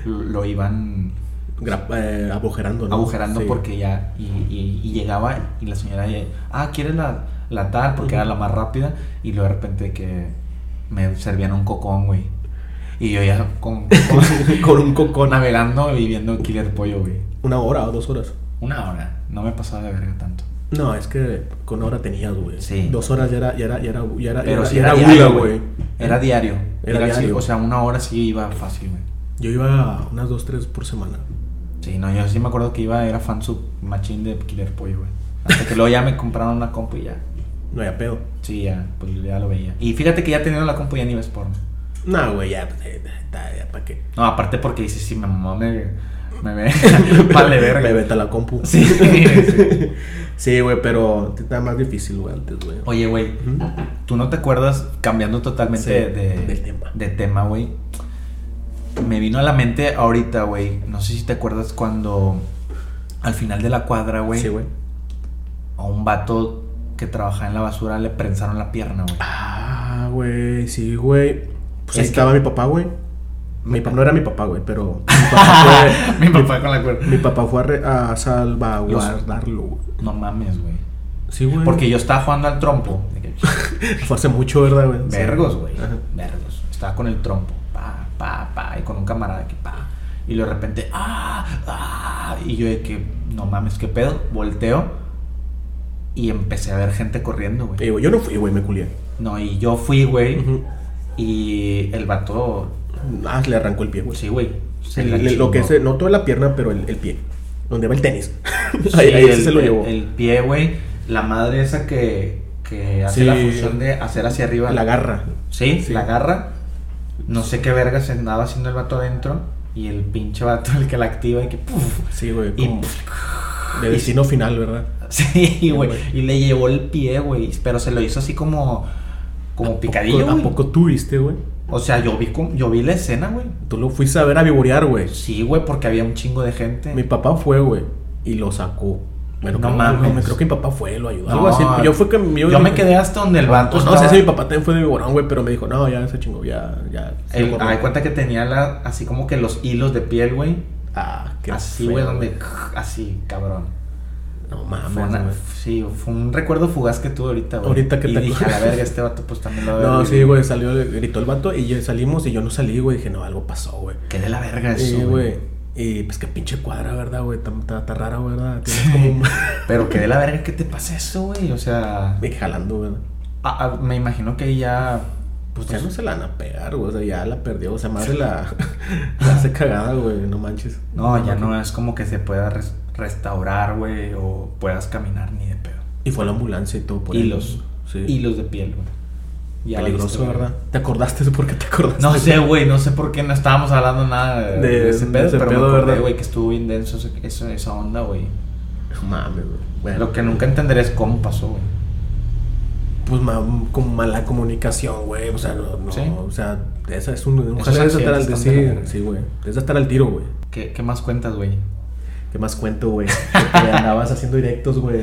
[SPEAKER 1] lo iban
[SPEAKER 2] Gra- eh, agujerando, ¿no?
[SPEAKER 1] agujerando
[SPEAKER 2] Sí.
[SPEAKER 1] porque ya. Y, y- y llegaba y la señora, ya, ah, ¿quieres la, la tal? Porque era la más rápida. Y luego de repente que me servían un cocón, güey. Y yo ya con, con-
[SPEAKER 2] Con un cocón.
[SPEAKER 1] navegando y viendo Killer Pollo, güey.
[SPEAKER 2] Una hora o dos horas.
[SPEAKER 1] Una hora. No me pasaba de verga tanto.
[SPEAKER 2] No, es que con una hora tenías, güey.
[SPEAKER 1] Sí.
[SPEAKER 2] Dos horas ya era, ya era, ya era, ya era,
[SPEAKER 1] Pero
[SPEAKER 2] ya
[SPEAKER 1] sí
[SPEAKER 2] era
[SPEAKER 1] era,
[SPEAKER 2] aguda,
[SPEAKER 1] diario, güey. Era diario.
[SPEAKER 2] Era
[SPEAKER 1] Era así,
[SPEAKER 2] diario.
[SPEAKER 1] o sea, una hora sí iba fácil, güey.
[SPEAKER 2] Yo iba unas dos, tres por semana.
[SPEAKER 1] Sí, no, yo sí me acuerdo que iba, era fan sub machín de Killer Pollo, güey. Hasta que luego ya me compraron una compu y ya.
[SPEAKER 2] No había pedo.
[SPEAKER 1] Sí, ya, pues ya lo veía. Y fíjate que ya teniendo la compu ya ni ves porno.
[SPEAKER 2] No, güey, ya, eh, ya, ya, ¿para qué?
[SPEAKER 1] No, aparte porque dices, sí, mi mamá me, me ve. vale, verga.
[SPEAKER 2] Me vete a la compu.
[SPEAKER 1] Sí, sí.
[SPEAKER 2] Sí, güey, pero está más difícil, güey, antes, güey.
[SPEAKER 1] Oye, güey,
[SPEAKER 2] Ujú.
[SPEAKER 1] ¿tú no te acuerdas, cambiando totalmente de,
[SPEAKER 2] Sí,
[SPEAKER 1] de-
[SPEAKER 2] del tema.
[SPEAKER 1] de tema, güey? Me vino a la mente ahorita, güey. No sé si te acuerdas cuando al final de la cuadra, güey,
[SPEAKER 2] Sí, güey.
[SPEAKER 1] a un vato que trabajaba en la basura le prensaron la pierna, güey.
[SPEAKER 2] Ah, güey, sí, güey. Pues
[SPEAKER 1] Es
[SPEAKER 2] ahí
[SPEAKER 1] que-
[SPEAKER 2] estaba mi papá, güey. Mi papá no era mi papá, güey, pero mi papá fue,
[SPEAKER 1] Mi papá con la cuerda.
[SPEAKER 2] mi papá fue a, re- a salvaguardarlo, güey.
[SPEAKER 1] No mames, güey.
[SPEAKER 2] Sí, güey.
[SPEAKER 1] Porque yo estaba jugando al trompo. De que-
[SPEAKER 2] fue hace mucho, ¿verdad, güey? Sí.
[SPEAKER 1] Vergos, güey.
[SPEAKER 2] Ajá.
[SPEAKER 1] Vergos. Estaba con el trompo. Pa, pa, pa. Y con un camarada que pa. Y luego de repente, ah, ah. Y yo de que, no mames, qué pedo. Volteo. Y empecé a ver gente corriendo, güey.
[SPEAKER 2] Eh, güey, yo no fui, güey, me culié.
[SPEAKER 1] No, y yo fui, güey.
[SPEAKER 2] Ujú.
[SPEAKER 1] Y el vato.
[SPEAKER 2] Ah, le arrancó el pie, güey.
[SPEAKER 1] Sí, güey. se
[SPEAKER 2] El-
[SPEAKER 1] la
[SPEAKER 2] el-
[SPEAKER 1] chingó.
[SPEAKER 2] lo que es, no toda la pierna, pero el, el pie. Donde va el tenis.
[SPEAKER 1] Sí,
[SPEAKER 2] ahí ahí
[SPEAKER 1] el,
[SPEAKER 2] se lo llevó.
[SPEAKER 1] El, el pie, güey. La madre esa que, que hace
[SPEAKER 2] Sí.
[SPEAKER 1] la función de hacer hacia arriba.
[SPEAKER 2] la garra.
[SPEAKER 1] Sí,
[SPEAKER 2] Sí.
[SPEAKER 1] la agarra. No sé qué verga se andaba haciendo el vato adentro. Y el pinche vato el que la activa y que ¡puf!
[SPEAKER 2] Sí, güey.
[SPEAKER 1] Y-
[SPEAKER 2] Como de destino final, ¿verdad?
[SPEAKER 1] Sí, güey.
[SPEAKER 2] güey.
[SPEAKER 1] Y le llevó el pie, güey. Pero se lo hizo así como. Como picadillo.
[SPEAKER 2] ¿A poco,
[SPEAKER 1] güey.
[SPEAKER 2] ¿A poco tú viste, güey?
[SPEAKER 1] O sea, yo vi, cum- yo vi la escena, güey.
[SPEAKER 2] Tú lo fuiste a ver a vivorear, güey.
[SPEAKER 1] Sí, güey, porque había un chingo de gente.
[SPEAKER 2] Mi papá fue, güey, y lo sacó. Bueno,
[SPEAKER 1] No
[SPEAKER 2] creo,
[SPEAKER 1] mames.
[SPEAKER 2] no, creo que mi papá fue, lo ayudó.
[SPEAKER 1] No,
[SPEAKER 2] algo así. Yo fue que
[SPEAKER 1] Yo, me quedé hasta donde el vato.
[SPEAKER 2] no sé
[SPEAKER 1] estaba.
[SPEAKER 2] si mi papá también fue de Viborón, güey, pero me dijo, no, ya se chingó, ya, ya. se
[SPEAKER 1] El,
[SPEAKER 2] borró".
[SPEAKER 1] ah, de cuenta que tenía la, así como que los hilos de piel, güey.
[SPEAKER 2] Ah, qué
[SPEAKER 1] Así,
[SPEAKER 2] feo,
[SPEAKER 1] güey, donde. Así, cabrón.
[SPEAKER 2] No
[SPEAKER 1] Fue
[SPEAKER 2] Ah, mames,
[SPEAKER 1] una-
[SPEAKER 2] güey.
[SPEAKER 1] sí, fue un recuerdo fugaz que tuve ahorita, güey.
[SPEAKER 2] Ahorita que
[SPEAKER 1] y
[SPEAKER 2] te
[SPEAKER 1] dije, a
[SPEAKER 2] acuerdas.
[SPEAKER 1] la verga, este vato pues también lo
[SPEAKER 2] No, sí, güey, salió, gritó el vato y ya salimos y yo no salí, güey. Dije, no, algo pasó, güey.
[SPEAKER 1] Que de la verga eso,
[SPEAKER 2] Sí,
[SPEAKER 1] güey.
[SPEAKER 2] güey. Y pues qué pinche cuadra, ¿verdad, güey? Está- Está está rara, ¿verdad? Tienes como un...
[SPEAKER 1] Pero que de la verga que te pasa eso, güey. O sea,
[SPEAKER 2] Me jalando, ¿verdad?
[SPEAKER 1] a- a- me imagino que ya...
[SPEAKER 2] Pues ya no se la van a pegar, güey. O sea, ya la perdió. O sea, madre la, la hace cagada, güey. No manches.
[SPEAKER 1] No, ya no es como que se pueda res- restaurar, güey, o puedas caminar ni de pedo.
[SPEAKER 2] Y fue a la ambulancia y todo por
[SPEAKER 1] Hilos.
[SPEAKER 2] Sí.
[SPEAKER 1] Hilos de piel, güey. Ya le
[SPEAKER 2] Peligroso,
[SPEAKER 1] diste, güey.
[SPEAKER 2] ¿verdad? ¿Te acordaste? ¿Por qué te acordaste?
[SPEAKER 1] No sé, güey, no sé por qué no estábamos hablando nada de,
[SPEAKER 2] De-
[SPEAKER 1] de ese
[SPEAKER 2] de
[SPEAKER 1] pedo,
[SPEAKER 2] ese
[SPEAKER 1] pero
[SPEAKER 2] pedo,
[SPEAKER 1] me acordé,
[SPEAKER 2] ¿verdad?
[SPEAKER 1] güey, que estuvo bien denso ese- esa- esa onda, güey.
[SPEAKER 2] Mames, güey. Bueno,
[SPEAKER 1] Lo que nunca entenderé es cómo pasó, güey.
[SPEAKER 2] pues ma- con mala comunicación, güey. O sea, no, no,
[SPEAKER 1] Sí.
[SPEAKER 2] o sea, esa es un, un
[SPEAKER 1] Esos
[SPEAKER 2] jaleo, es estar al
[SPEAKER 1] accidentes
[SPEAKER 2] sí,
[SPEAKER 1] están de la verga.
[SPEAKER 2] sí, güey. Es estar al tiro, güey.
[SPEAKER 1] ¿Qué, qué más cuentas, güey?
[SPEAKER 2] ¿Qué más cuento, güey? Que andabas haciendo directos, güey.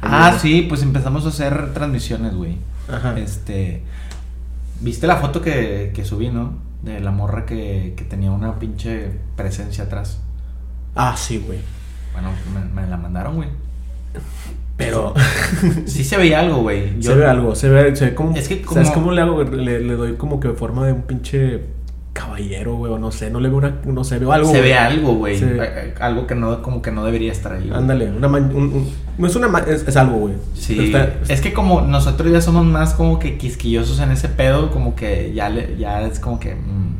[SPEAKER 1] Ah,
[SPEAKER 2] Ahí,
[SPEAKER 1] sí, pues empezamos a hacer transmisiones, güey.
[SPEAKER 2] Ajá.
[SPEAKER 1] Este. ¿Viste la foto que, que subí, no? De la morra que, que tenía una pinche presencia atrás.
[SPEAKER 2] Ah, sí, güey.
[SPEAKER 1] Bueno, me, me la mandaron, güey.
[SPEAKER 2] Pero
[SPEAKER 1] Sí se veía algo, güey. Yo-
[SPEAKER 2] se ve algo, se ve, se ve como.
[SPEAKER 1] Es que
[SPEAKER 2] ¿Sabes
[SPEAKER 1] como-
[SPEAKER 2] cómo le hago? güey? Le, le doy como que forma de un pinche caballero, güey, o no sé, no le veo una. No sé, veo algo.
[SPEAKER 1] se
[SPEAKER 2] güey.
[SPEAKER 1] ve algo, güey.
[SPEAKER 2] Sí.
[SPEAKER 1] Eh, eh, Algo que no, como que no debería estar ahí. güey.
[SPEAKER 2] Ándale, una ma- un- un- no es una ma- es, es algo, güey.
[SPEAKER 1] Sí,
[SPEAKER 2] Está-
[SPEAKER 1] es que como nosotros ya somos más como que quisquillosos en ese pedo, como que ya, le, ya es como que... mm.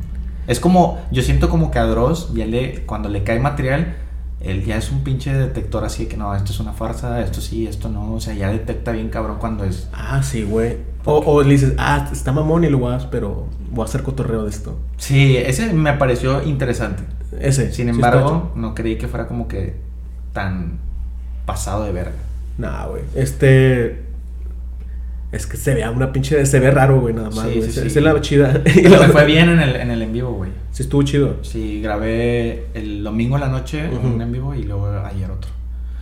[SPEAKER 1] es como, yo siento como que a Dross, ya le, cuando le cae material, él ya es un pinche detector así de que no, esto es una farsa, esto sí, esto no, o sea, ya detecta bien cabrón cuando es...
[SPEAKER 2] Ah, sí, güey. O, o le dices, ah, está mamón y lo vas, pero voy a hacer cotorreo de esto.
[SPEAKER 1] Sí, ese me pareció interesante.
[SPEAKER 2] Ese.
[SPEAKER 1] Sin
[SPEAKER 2] sí
[SPEAKER 1] embargo, no creí que fuera como que tan pasado de verga.
[SPEAKER 2] está- Nah, güey. Este. Es que se vea una pinche. Se ve raro, güey, nada más.
[SPEAKER 1] Sí,
[SPEAKER 2] güey.
[SPEAKER 1] sí,
[SPEAKER 2] Esa
[SPEAKER 1] sí.
[SPEAKER 2] esa es la chida.
[SPEAKER 1] Me fue bien en el, en el en vivo, güey.
[SPEAKER 2] Sí, estuvo chido.
[SPEAKER 1] Sí, grabé el domingo en la noche
[SPEAKER 2] Ujú.
[SPEAKER 1] un en vivo y luego ayer otro.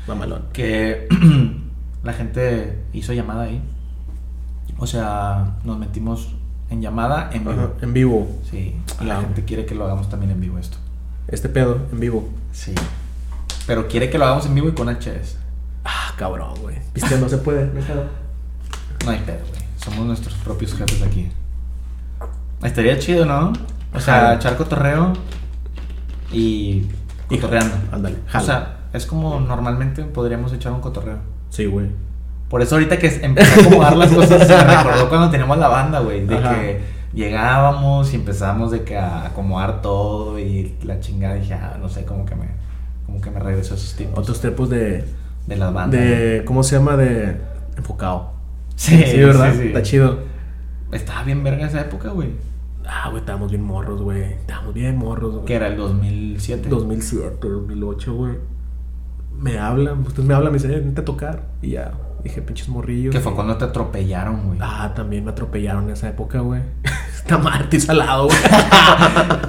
[SPEAKER 2] Mamalón.
[SPEAKER 1] Que la gente hizo llamada ahí. O sea, nos metimos en llamada en vivo.
[SPEAKER 2] Ajá, En vivo.
[SPEAKER 1] Sí, y la
[SPEAKER 2] Ah.
[SPEAKER 1] gente quiere que lo hagamos también en vivo esto.
[SPEAKER 2] Este pedo, en vivo.
[SPEAKER 1] Sí. Pero quiere que lo hagamos en vivo y con HS.
[SPEAKER 2] Ah, cabrón, güey. Viste, no se puede. no hay pedo.
[SPEAKER 1] No hay pedo, güey. Somos nuestros propios jefes aquí. Estaría chido, ¿no? O sea,
[SPEAKER 2] Ajá.
[SPEAKER 1] echar cotorreo y cotorreando.
[SPEAKER 2] Ándale,
[SPEAKER 1] O
[SPEAKER 2] jala.
[SPEAKER 1] sea, es como normalmente podríamos echar un cotorreo.
[SPEAKER 2] sí, güey.
[SPEAKER 1] Por eso ahorita que empecé a acomodar las cosas, se me recordó cuando teníamos la banda, güey. De
[SPEAKER 2] Ajá.
[SPEAKER 1] que llegábamos y empezábamos de que a acomodar todo y la chingada. Dije, ah, no sé, como que me, como que me regresó a esos tiempos
[SPEAKER 2] Otros tiempos de.
[SPEAKER 1] de las bandas.
[SPEAKER 2] de ¿Cómo se llama? De. Enfocado.
[SPEAKER 1] Sí,
[SPEAKER 2] sí, ¿verdad?
[SPEAKER 1] sí, sí.
[SPEAKER 2] Está chido.
[SPEAKER 1] Estaba bien verga esa época, güey.
[SPEAKER 2] Ah, güey, estábamos bien morros, güey. Estábamos bien morros, güey.
[SPEAKER 1] Que era el 2007.
[SPEAKER 2] 2007, 2008, güey. Me hablan, usted me habla, me dice, "Eh, vente a tocar. Y ya, dije, pinches morrillos.
[SPEAKER 1] Que fue cuando te atropellaron, güey.
[SPEAKER 2] Ah, también me atropellaron en esa época, güey. Está Martín salado, güey.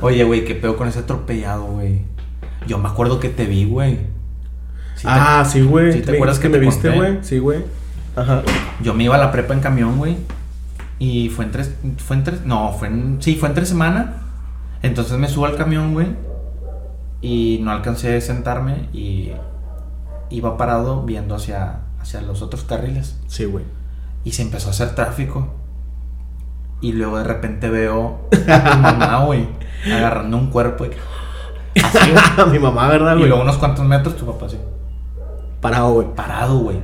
[SPEAKER 1] Oye, güey, qué pedo con ese atropellado, güey. Yo me acuerdo que te vi, güey. Sí te-
[SPEAKER 2] ah, sí, güey.
[SPEAKER 1] ¿Sí te acuerdas que
[SPEAKER 2] me
[SPEAKER 1] te
[SPEAKER 2] viste,
[SPEAKER 1] conté?
[SPEAKER 2] güey? Sí, güey. Ajá.
[SPEAKER 1] Yo me iba a la prepa en camión, güey. Y fue en tres. Fue en tres. No, fue en. Sí, fue en tres semanas. Entonces me subo al camión, güey. Y no alcancé a sentarme. Y iba parado viendo hacia, hacia los otros carriles.
[SPEAKER 2] Sí, güey.
[SPEAKER 1] Y se empezó a hacer tráfico. Y luego de repente veo a mi mamá, güey, agarrando un cuerpo. y- Así, güey.
[SPEAKER 2] Mi mamá,
[SPEAKER 1] Y
[SPEAKER 2] ¿verdad, Ah, güey?
[SPEAKER 1] luego unos cuantos metros tu papá así,
[SPEAKER 2] Parado, güey.
[SPEAKER 1] parado, güey.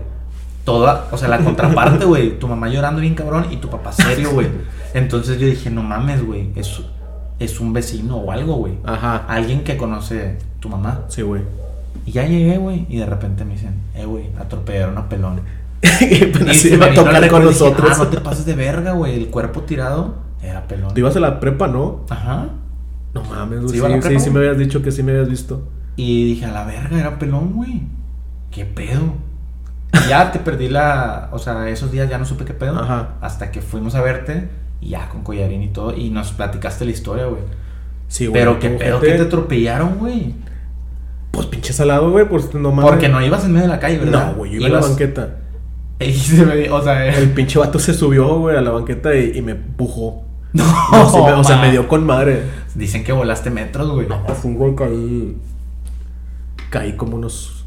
[SPEAKER 1] Toda, o sea, la contraparte, güey. Tu mamá llorando bien cabrón y tu papá serio, güey. Entonces yo dije, no mames, güey. Es, es un vecino o algo, güey.
[SPEAKER 2] Ajá.
[SPEAKER 1] Alguien que conoce tu mamá.
[SPEAKER 2] Sí, güey.
[SPEAKER 1] Y ya llegué, güey. Y de repente me dicen, eh, güey, atropellaron a pelón.
[SPEAKER 2] y
[SPEAKER 1] Y
[SPEAKER 2] se
[SPEAKER 1] me
[SPEAKER 2] va
[SPEAKER 1] vino
[SPEAKER 2] Pues a
[SPEAKER 1] el
[SPEAKER 2] tocar con
[SPEAKER 1] recuerdo y dije,
[SPEAKER 2] nosotros.
[SPEAKER 1] ah, no te pases de verga, güey. El cuerpo tirado era pelón.
[SPEAKER 2] Te ibas a la prepa, ¿no?
[SPEAKER 1] Ajá.
[SPEAKER 2] No mames,
[SPEAKER 1] Sí,
[SPEAKER 2] güey. Sí,
[SPEAKER 1] iba a la
[SPEAKER 2] sí,
[SPEAKER 1] prepa,
[SPEAKER 2] sí me
[SPEAKER 1] güey.
[SPEAKER 2] habías dicho que sí me habías visto.
[SPEAKER 1] Y dije, a la verga, era pelón, güey. ¿Qué pedo? Y ya te perdí la. O sea, esos días ya no supe qué pedo.
[SPEAKER 2] Ajá.
[SPEAKER 1] Hasta que fuimos a verte y ya con collarín y todo. Y nos platicaste la historia, güey.
[SPEAKER 2] Sí, güey.
[SPEAKER 1] Pero qué
[SPEAKER 2] como
[SPEAKER 1] pedo
[SPEAKER 2] gente-
[SPEAKER 1] que te atropellaron, güey.
[SPEAKER 2] Pues pinche salado, güey, pues no mames.
[SPEAKER 1] Porque no ibas en medio de la calle, ¿verdad?
[SPEAKER 2] No, güey, yo iba a la
[SPEAKER 1] Ibas-
[SPEAKER 2] banqueta.
[SPEAKER 1] Y se me- o sea,
[SPEAKER 2] El pinche vato se subió, güey, a la banqueta y, y me empujó.
[SPEAKER 1] no,
[SPEAKER 2] No, sí me- o sea,
[SPEAKER 1] ma.
[SPEAKER 2] me dio con madre.
[SPEAKER 1] Dicen que volaste metros, güey.
[SPEAKER 2] Así, güey, caí. Caí como unos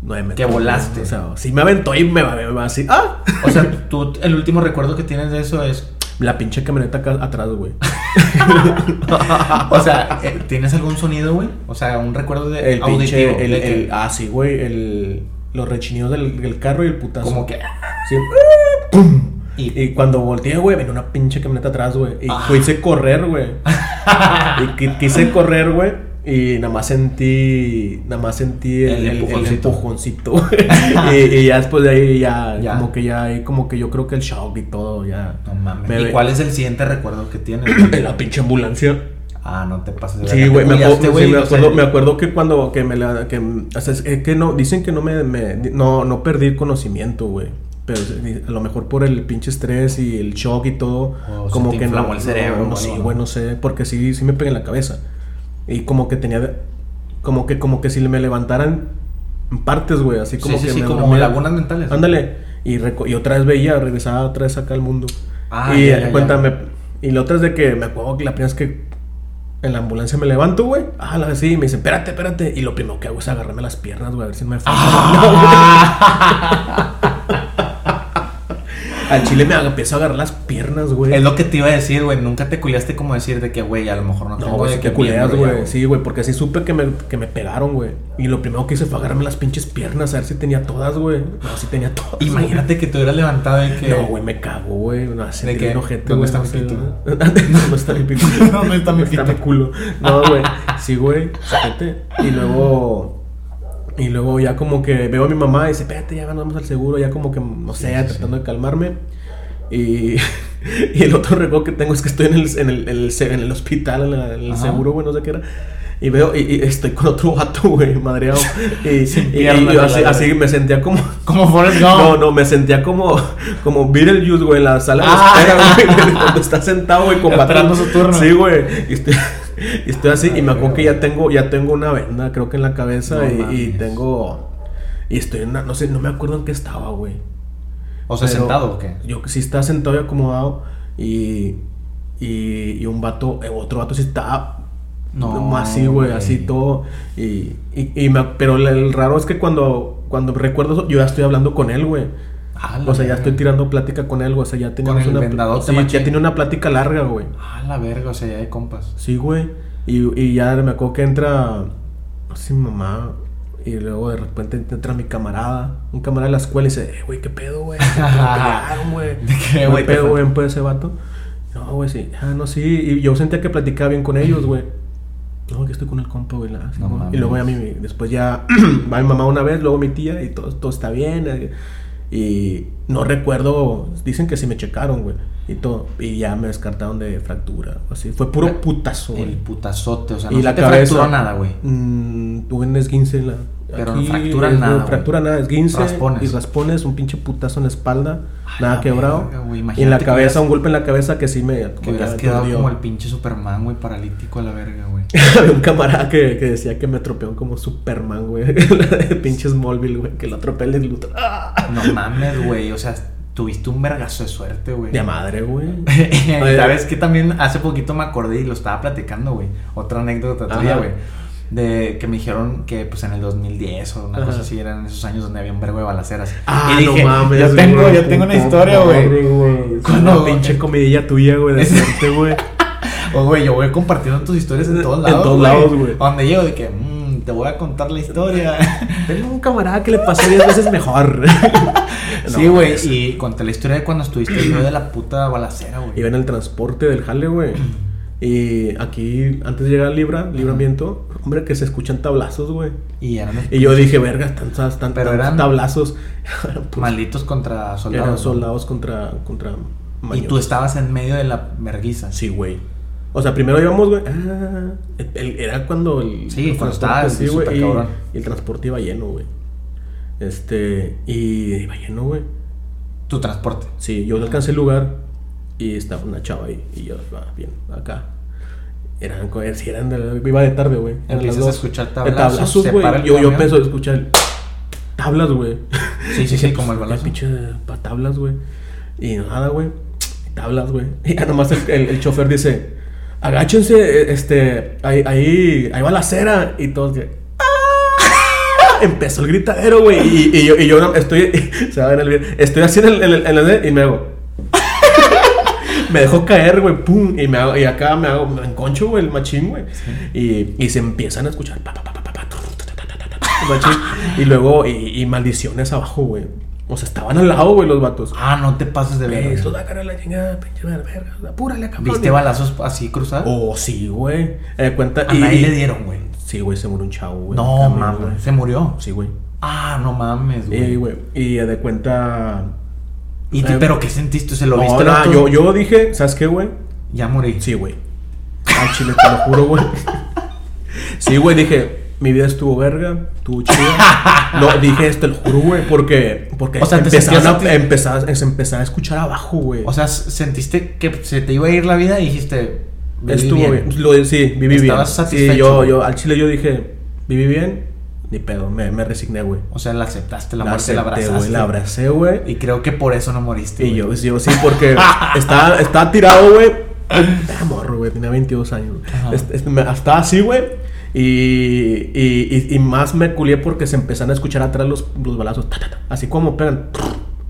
[SPEAKER 2] nueve metros.
[SPEAKER 1] Que volaste.
[SPEAKER 2] O sea, sí me aventó y me va, me va así. ¡Ah!
[SPEAKER 1] O sea, tú, el último recuerdo que tienes de eso es.
[SPEAKER 2] La pinche camioneta acá atrás, güey.
[SPEAKER 1] O sea, eh, ¿tienes algún sonido, güey? O sea, un recuerdo de
[SPEAKER 2] El
[SPEAKER 1] auditivo.
[SPEAKER 2] pinche. El,
[SPEAKER 1] de que-
[SPEAKER 2] el- ah, sí, güey. El, los rechinidos del, del carro y el putazo.
[SPEAKER 1] como que.
[SPEAKER 2] Sí.
[SPEAKER 1] Y Ah.
[SPEAKER 2] Y cuando volteé, güey, venía una pinche camioneta atrás, güey. Y quise correr, güey. y qui- quise correr, güey. Y nada más sentí. Nada más sentí el,
[SPEAKER 1] El
[SPEAKER 2] el- el
[SPEAKER 1] empujoncito.
[SPEAKER 2] empujoncito, güey. y, y ya después de ahí, ya,
[SPEAKER 1] Ya.
[SPEAKER 2] Como que ya ahí, como que yo creo que el shock y todo, ya.
[SPEAKER 1] No mames.
[SPEAKER 2] Me
[SPEAKER 1] ¿Y
[SPEAKER 2] ve-
[SPEAKER 1] cuál es el siguiente recuerdo que tienes?
[SPEAKER 2] La pinche ambulancia.
[SPEAKER 1] ah, no te pases de
[SPEAKER 2] Sí,
[SPEAKER 1] verga.
[SPEAKER 2] güey,
[SPEAKER 1] Te
[SPEAKER 2] me, acu-
[SPEAKER 1] culiaste,
[SPEAKER 2] sí,
[SPEAKER 1] güey,
[SPEAKER 2] me
[SPEAKER 1] o sea,
[SPEAKER 2] acuerdo, me acuerdo que cuando que me la que, o sea, es es que no dicen que no me, me- no no perdí el conocimiento, güey. Pero es- a lo mejor por el pinche estrés y el shock y todo,
[SPEAKER 1] O Oh, se
[SPEAKER 2] como
[SPEAKER 1] te
[SPEAKER 2] que no-
[SPEAKER 1] inflamó el cerebro
[SPEAKER 2] No,
[SPEAKER 1] o
[SPEAKER 2] sí,
[SPEAKER 1] algo,
[SPEAKER 2] güey,
[SPEAKER 1] ¿no?
[SPEAKER 2] no sé, porque sí sí me pegué en la cabeza. Y como que tenía de- como que como que si me levantaran en partes, güey, así como
[SPEAKER 1] Sí, sí,
[SPEAKER 2] que
[SPEAKER 1] sí,
[SPEAKER 2] me
[SPEAKER 1] como
[SPEAKER 2] dormía.
[SPEAKER 1] lagunas mentales.
[SPEAKER 2] Ándale. Y, reco- y otra vez veía, regresaba otra vez acá al mundo.
[SPEAKER 1] Ah,
[SPEAKER 2] y
[SPEAKER 1] ya, ya,
[SPEAKER 2] eh,
[SPEAKER 1] ya.
[SPEAKER 2] cuéntame. Y la otra es de que me acuerdo que la primera vez que En la ambulancia me levanto, güey. Ah, la sí, me dice, espérate, espérate. Y lo primero que hago es agarrarme las piernas, güey, a ver si no me falta.
[SPEAKER 1] Ah.
[SPEAKER 2] Al chile me empiezo a agarrar las piernas, güey.
[SPEAKER 1] Es lo que te iba a decir, güey. Nunca te culiaste como decir de que, güey, a lo mejor no,
[SPEAKER 2] No,
[SPEAKER 1] tengo
[SPEAKER 2] güey,
[SPEAKER 1] de
[SPEAKER 2] sí
[SPEAKER 1] que
[SPEAKER 2] te culeas,
[SPEAKER 1] miembro ya,
[SPEAKER 2] güey. Sí, güey, porque así supe que me, que me pegaron, güey. Y lo primero que hice fue agarrarme las pinches piernas, a ver si tenía todas, güey. No, sí tenía todas. güey.
[SPEAKER 1] Imagínate que te hubieras levantado de que.
[SPEAKER 2] No, güey, me cago, güey. No, hace
[SPEAKER 1] ¿De
[SPEAKER 2] ¿De
[SPEAKER 1] qué?
[SPEAKER 2] qué? Ojete,
[SPEAKER 1] ¿Dónde
[SPEAKER 2] güey,
[SPEAKER 1] está
[SPEAKER 2] no
[SPEAKER 1] mi
[SPEAKER 2] sé,
[SPEAKER 1] pito?
[SPEAKER 2] güey. ¿Dónde está mi pito?
[SPEAKER 1] ¿Dónde está mi
[SPEAKER 2] Está mi
[SPEAKER 1] pito?
[SPEAKER 2] culo. No, güey. Sí, güey. Ojete. Y luego... Y luego ya como que veo a mi mamá y dice, espérate, ya vamos al seguro. Ya como que, no sé, tratando de calmarme. Y, y el otro recuerdo que tengo es que estoy en el, en el, en el se- en el hospital, en, la- en el
[SPEAKER 1] Ajá.
[SPEAKER 2] seguro, güey, no sé qué era. Y veo, y, y estoy con otro vato, güey, madreado. Y,
[SPEAKER 1] Sin
[SPEAKER 2] y- y
[SPEAKER 1] piernas,
[SPEAKER 2] yo
[SPEAKER 1] a la
[SPEAKER 2] así,
[SPEAKER 1] verga.
[SPEAKER 2] así me sentía como,
[SPEAKER 1] Como Forrest Gump.
[SPEAKER 2] no, no, me sentía como, como Beetlejuice, güey, en la sala de
[SPEAKER 1] Ah.
[SPEAKER 2] espera, güey, cuando está sentado, güey, con
[SPEAKER 1] Esperando su turno.
[SPEAKER 2] Sí, güey, y estoy, y estoy así, y me acuerdo que ya tengo, ya tengo una venda, creo que en la cabeza,
[SPEAKER 1] No
[SPEAKER 2] y- y,
[SPEAKER 1] mames.
[SPEAKER 2] tengo, y estoy en una, no sé, no me acuerdo en qué estaba, güey.
[SPEAKER 1] O sea,
[SPEAKER 2] Pero
[SPEAKER 1] sentado o qué?
[SPEAKER 2] Yo sí estaba sentado y acomodado, y, y, y un vato, eh, otro vato sí estaba...
[SPEAKER 1] No,
[SPEAKER 2] así, güey,
[SPEAKER 1] güey.
[SPEAKER 2] así todo. Y, y, y me- pero el raro es que cuando, cuando recuerdo eso, yo ya estoy hablando con él, güey.
[SPEAKER 1] Ah, la
[SPEAKER 2] O sea,
[SPEAKER 1] verga.
[SPEAKER 2] ya estoy tirando plática con él, güey. O sea, ya teníamos
[SPEAKER 1] el
[SPEAKER 2] una.
[SPEAKER 1] vendadote,
[SPEAKER 2] sí,
[SPEAKER 1] machín.
[SPEAKER 2] ya tenía una plática larga, güey.
[SPEAKER 1] Ah, la verga, o sea, ya de compas.
[SPEAKER 2] Sí, güey. Y, y ya me acuerdo que entra. No sé, mi mamá. Y luego de repente entra mi camarada, un camarada de la escuela y dice, eh, güey, qué pedo, güey. ¿Qué pedo, güey?
[SPEAKER 1] ¿De qué, güey,
[SPEAKER 2] ¿Qué
[SPEAKER 1] te
[SPEAKER 2] pedo,
[SPEAKER 1] fue?
[SPEAKER 2] güey? ¿Puede ese vato? No, güey, sí. Ah, no, sí. Y yo sentía que platicaba bien con ellos, güey. No, que estoy con el compa, güey. la-
[SPEAKER 1] No
[SPEAKER 2] y luego
[SPEAKER 1] mames.
[SPEAKER 2] ya mi, mi- después ya va mi mamá una vez, luego mi tía y todo, todo está bien. eh, Y no recuerdo, dicen que sí me checaron, güey. Y todo. Y ya me descartaron de fractura. o Así. Fue puro putazo, güey.
[SPEAKER 1] El putazote, o sea, no
[SPEAKER 2] y
[SPEAKER 1] se
[SPEAKER 2] la
[SPEAKER 1] te
[SPEAKER 2] cabeza.
[SPEAKER 1] fracturó nada, güey.
[SPEAKER 2] Mm, tuve un esguince en la.
[SPEAKER 1] Pero no fractura nada,
[SPEAKER 2] No
[SPEAKER 1] güey.
[SPEAKER 2] fractura nada, esguince.
[SPEAKER 1] Raspones.
[SPEAKER 2] Y raspones, un pinche putazo en la espalda.
[SPEAKER 1] Ay,
[SPEAKER 2] nada
[SPEAKER 1] la
[SPEAKER 2] quebrado.
[SPEAKER 1] verga, güey,
[SPEAKER 2] y en
[SPEAKER 1] imagínate
[SPEAKER 2] la
[SPEAKER 1] que
[SPEAKER 2] cabeza,
[SPEAKER 1] hubieras-
[SPEAKER 2] un golpe en la cabeza que sí me. como
[SPEAKER 1] Que hubieras
[SPEAKER 2] me
[SPEAKER 1] quedado
[SPEAKER 2] dolió.
[SPEAKER 1] como el pinche Superman, güey, paralítico a la verga, güey.
[SPEAKER 2] Había un camarada que, que decía que me atropelló como Superman, güey. La de pinche Smallville, güey. Que lo atropellé el Luthor. ¡Ah!
[SPEAKER 1] No mames, güey, o sea, tuviste un vergazo de suerte, güey.
[SPEAKER 2] De madre, güey. Oye.
[SPEAKER 1] ¿Sabes que también hace poquito me acordé y lo estaba platicando, güey? Otra anécdota tuya,
[SPEAKER 2] Ajá.
[SPEAKER 1] güey. De que me dijeron que pues en el 2010 o una cosa
[SPEAKER 2] Ajá.
[SPEAKER 1] así eran esos años donde había un vergo de balaceras.
[SPEAKER 2] Ah,
[SPEAKER 1] y dije, yo tengo,
[SPEAKER 2] güey,
[SPEAKER 1] yo tengo una
[SPEAKER 2] puta
[SPEAKER 1] historia,
[SPEAKER 2] madre,
[SPEAKER 1] güey.
[SPEAKER 2] Con
[SPEAKER 1] Cuando-
[SPEAKER 2] una pinche comidilla tuya, güey. De frente, güey.
[SPEAKER 1] O güey, yo voy compartiendo tus historias en todos
[SPEAKER 2] En
[SPEAKER 1] lados.
[SPEAKER 2] todos lados, güey.
[SPEAKER 1] Donde llego de que, "Mm, te voy a contar la historia.
[SPEAKER 2] Tengo un camarada que le pasó 10 veces mejor.
[SPEAKER 1] sí, güey. Y conté la historia de cuando estuviste en medio de la puta balacera, güey.
[SPEAKER 2] Iba en el transporte del jale, güey. Y aquí, antes de llegar al Libra, libramiento, hombre, que se escuchan tablazos, güey.
[SPEAKER 1] Y eran
[SPEAKER 2] Y yo dije, verga, están, están,
[SPEAKER 1] Pero
[SPEAKER 2] están
[SPEAKER 1] eran-
[SPEAKER 2] tablazos.
[SPEAKER 1] Pues, malditos contra soldados.
[SPEAKER 2] Eran
[SPEAKER 1] ¿no?
[SPEAKER 2] soldados contra. contra
[SPEAKER 1] Y tú
[SPEAKER 2] mañosos.
[SPEAKER 1] estabas en medio de la verguiza.
[SPEAKER 2] Sí, güey. O sea, primero íbamos, güey. ah, el- el- era cuando el.
[SPEAKER 1] Sí,
[SPEAKER 2] el
[SPEAKER 1] cuando
[SPEAKER 2] transporte,
[SPEAKER 1] estaba
[SPEAKER 2] sí, güey,
[SPEAKER 1] súper
[SPEAKER 2] y,
[SPEAKER 1] cabrón.
[SPEAKER 2] y el transporte iba lleno, güey. Este. Y iba lleno, güey.
[SPEAKER 1] Tu transporte.
[SPEAKER 2] Sí, yo alcancé el lugar y estaba una chava ahí. Y yo, ah, bien, acá. Eran, co- eh, sí, eran de, iba de tarde, güey. Eran
[SPEAKER 1] Empiezas
[SPEAKER 2] las
[SPEAKER 1] a
[SPEAKER 2] dos.
[SPEAKER 1] escuchar
[SPEAKER 2] De
[SPEAKER 1] tablazos, se
[SPEAKER 2] güey.
[SPEAKER 1] para el
[SPEAKER 2] Yo, yo
[SPEAKER 1] camión.
[SPEAKER 2] empiezo a escuchar el- tablas, güey.
[SPEAKER 1] Sí, sí, sí, como el
[SPEAKER 2] Las
[SPEAKER 1] balazo.
[SPEAKER 2] pues, pinche pa- tablas, güey. Y nada, güey. Tablas, güey. Y ya nomás el, el- el chofer dice: Agáchense, eh, este, ahí, ahí, ahí va la acera. Y todos, que, ¡ah! Empezó el gritadero, güey. Y, y yo, y yo no- estoy, se va a ver el video. Estoy así en el, en el- en el- y me hago. Me dejó caer, güey, pum. Y, me hago, y acá me hago, me enconcho, güey, el machín, güey. Y, y se empiezan a escuchar. Pa, pa, pa, pa, pa, pa, tru, tru, ta, ta, ta, ta, ta, ta, el machín. Y luego, y, y maldiciones abajo, güey. O sea, estaban al lado, güey, los vatos.
[SPEAKER 1] Ah, no te pases de
[SPEAKER 2] Güey,
[SPEAKER 1] verga.
[SPEAKER 2] Eso da cara a la chingada, pinche verga. Apúrale, cabrón.
[SPEAKER 1] ¿Viste balazos así cruzados?
[SPEAKER 2] Oh, sí, güey. Eh, cuenta.
[SPEAKER 1] A nadie le dieron, güey.
[SPEAKER 2] Sí, güey, se murió un chavo, güey.
[SPEAKER 1] No
[SPEAKER 2] Camino, güey.
[SPEAKER 1] mames. Se murió.
[SPEAKER 2] Sí, güey.
[SPEAKER 1] Ah, no mames, güey.
[SPEAKER 2] Y, güey, y de cuenta.
[SPEAKER 1] ¿Y te-
[SPEAKER 2] eh,
[SPEAKER 1] pero qué sentiste? ¿Se lo
[SPEAKER 2] No,
[SPEAKER 1] viste?
[SPEAKER 2] nada,
[SPEAKER 1] vato?
[SPEAKER 2] yo, yo dije, ¿sabes qué, güey?
[SPEAKER 1] Ya morí.
[SPEAKER 2] Sí, güey. Al chile, te lo juro, güey. Sí, güey, dije, mi vida estuvo verga, estuvo chida. No, dije, esto lo juro, güey, porque, porque
[SPEAKER 1] O sea, te
[SPEAKER 2] empezaban
[SPEAKER 1] sentías
[SPEAKER 2] a,
[SPEAKER 1] a ti-
[SPEAKER 2] empezaba- se empezaba a escuchar abajo, güey.
[SPEAKER 1] O sea, s- sentiste que se te iba a ir la vida y dijiste. viví
[SPEAKER 2] Estuvo bien. Lo- sí, viví
[SPEAKER 1] Estabas
[SPEAKER 2] bien.
[SPEAKER 1] satisfecho,
[SPEAKER 2] Sí, yo,
[SPEAKER 1] güey.
[SPEAKER 2] yo, al chile yo dije, viví bien, ni pedo, me, me resigné, güey.
[SPEAKER 1] O sea, la aceptaste, la, muerte, la
[SPEAKER 2] acepté, güey,
[SPEAKER 1] abrazaste.
[SPEAKER 2] La abracé, güey.
[SPEAKER 1] Y creo que por eso no moriste.
[SPEAKER 2] Y
[SPEAKER 1] güey.
[SPEAKER 2] yo, yo sí, porque estaba, estaba tirado, güey. Era morro, güey, tenía 22 años. güey.
[SPEAKER 1] Ajá.
[SPEAKER 2] Este- este, me- estaba así, güey. Y, y, y- y más me culié porque se empezaron a escuchar atrás los, los balazos. ta, ta, ta, así como pegan.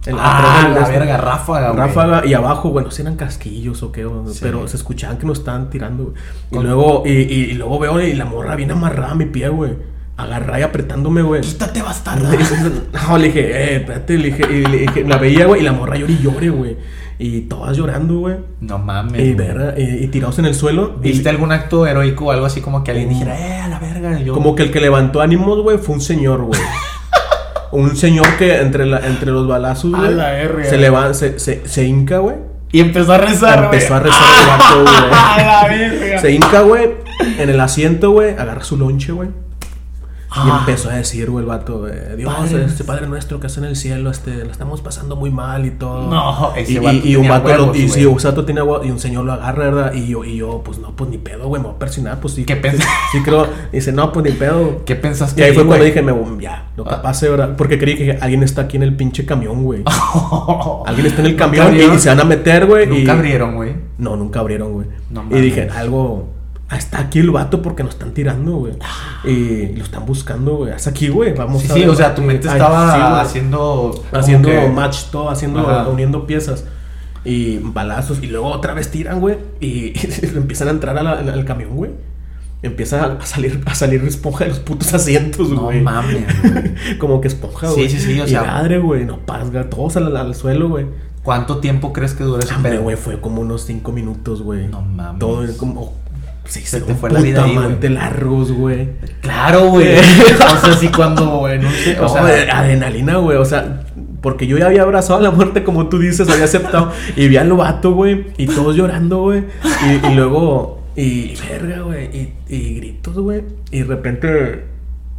[SPEAKER 2] El- atrás
[SPEAKER 1] ah,
[SPEAKER 2] del-
[SPEAKER 1] la
[SPEAKER 2] este,
[SPEAKER 1] verga, ráfaga, güey.
[SPEAKER 2] Ráfaga y abajo, bueno, si eran casquillos o qué, o-
[SPEAKER 1] Sí.
[SPEAKER 2] pero se escuchaban que nos estaban tirando, güey. Y luego, y, y- y luego veo y la morra bien amarrada a mi pie, güey. Agarrada y apretándome, güey.
[SPEAKER 1] Quítate, bastardo.
[SPEAKER 2] No, le dije, eh, espérate, le dije, y le dije, la veía, güey, y la morra llora y llore, güey. Y todas llorando, güey.
[SPEAKER 1] No mames.
[SPEAKER 2] Y,
[SPEAKER 1] güey.
[SPEAKER 2] verga, eh, y tirados en el suelo. y-
[SPEAKER 1] ¿Viste algún acto heroico o algo así como que alguien
[SPEAKER 2] Mm.
[SPEAKER 1] dijera, eh, a la verga? y Yo,
[SPEAKER 2] Como que el que levantó ánimos, güey, fue un señor, güey. un señor que entre, la- entre los balazos,
[SPEAKER 1] A
[SPEAKER 2] güey,
[SPEAKER 1] la eh. verga.
[SPEAKER 2] se, leva- se, se, se hinca, güey.
[SPEAKER 1] Y empezó a rezar, güey.
[SPEAKER 2] Empezó a rezar el vato, güey.
[SPEAKER 1] A Ah, la verga.
[SPEAKER 2] Se hinca, güey, en el asiento, güey, agarra su lonche, güey. Y
[SPEAKER 1] Ah.
[SPEAKER 2] empezó a decir, güey, el vato, eh, Dios,
[SPEAKER 1] Padre
[SPEAKER 2] este Padre nuestro que está en el cielo, este, la estamos pasando muy mal y todo.
[SPEAKER 1] No, ese
[SPEAKER 2] y, y-
[SPEAKER 1] vato
[SPEAKER 2] y un
[SPEAKER 1] tenía
[SPEAKER 2] vato, lo-
[SPEAKER 1] huevos,
[SPEAKER 2] y
[SPEAKER 1] güey.
[SPEAKER 2] sí, un vato tenía huevos, y un señor lo agarra, ¿verdad? Y yo, y yo, pues no, pues ni pedo, güey, me voy a persignar, pues sí.
[SPEAKER 1] ¿Qué pens-
[SPEAKER 2] sí, sí creo, dice, no, pues ni pedo.
[SPEAKER 1] ¿Qué pensaste?
[SPEAKER 2] Y ahí fue
[SPEAKER 1] güey?
[SPEAKER 2] cuando dije, me voy, ya, lo que
[SPEAKER 1] Ah.
[SPEAKER 2] pase, ¿verdad? Porque creí que alguien está aquí en el pinche camión, güey. Alguien está en el camión y,
[SPEAKER 1] abrieron?
[SPEAKER 2] y se van a meter, güey. y-
[SPEAKER 1] Nunca abrieron, güey.
[SPEAKER 2] no, nunca abrieron, güey.
[SPEAKER 1] No
[SPEAKER 2] y
[SPEAKER 1] mames.
[SPEAKER 2] dije, algo. "Ah, Está aquí el vato porque nos están tirando, güey. Y lo están buscando, güey. Hasta aquí, güey. Vamos
[SPEAKER 1] Ah. Sí,
[SPEAKER 2] a
[SPEAKER 1] sí,
[SPEAKER 2] ver.
[SPEAKER 1] o sea, tu mente
[SPEAKER 2] Ay,
[SPEAKER 1] estaba
[SPEAKER 2] sí, güey.
[SPEAKER 1] haciendo. como
[SPEAKER 2] haciendo
[SPEAKER 1] que-
[SPEAKER 2] match, todo haciendo,
[SPEAKER 1] Ajá.
[SPEAKER 2] uniendo piezas. Y balazos. Y luego otra vez tiran, güey. Y empiezan a entrar a la- al camión, güey. Empieza a salir, a salir esponja de los putos asientos,
[SPEAKER 1] No
[SPEAKER 2] güey.
[SPEAKER 1] mames. güey.
[SPEAKER 2] Como que esponja,
[SPEAKER 1] Sí,
[SPEAKER 2] güey.
[SPEAKER 1] sí, sí, o
[SPEAKER 2] Y
[SPEAKER 1] sea-
[SPEAKER 2] madre, güey. No pasga. Todos al, al suelo, güey.
[SPEAKER 1] ¿Cuánto tiempo crees que dura ese
[SPEAKER 2] Hombre,
[SPEAKER 1] pedo?
[SPEAKER 2] güey, fue como unos 5 minutos, güey.
[SPEAKER 1] No mames.
[SPEAKER 2] Todo era como. oh, Sí, se
[SPEAKER 1] te
[SPEAKER 2] te
[SPEAKER 1] fue
[SPEAKER 2] fue
[SPEAKER 1] la vida ahí, güey.
[SPEAKER 2] largos, güey.
[SPEAKER 1] Claro, güey. o sea, sí, cuando, güey. no sé, o
[SPEAKER 2] No,
[SPEAKER 1] sea,
[SPEAKER 2] güey, adrenalina, güey. O sea, porque yo ya había abrazado a la muerte, como tú dices, había aceptado. y vi al vato, güey. Y todos llorando, güey. Y, y luego. Y verga, güey. Y, y gritos, güey. Y de repente.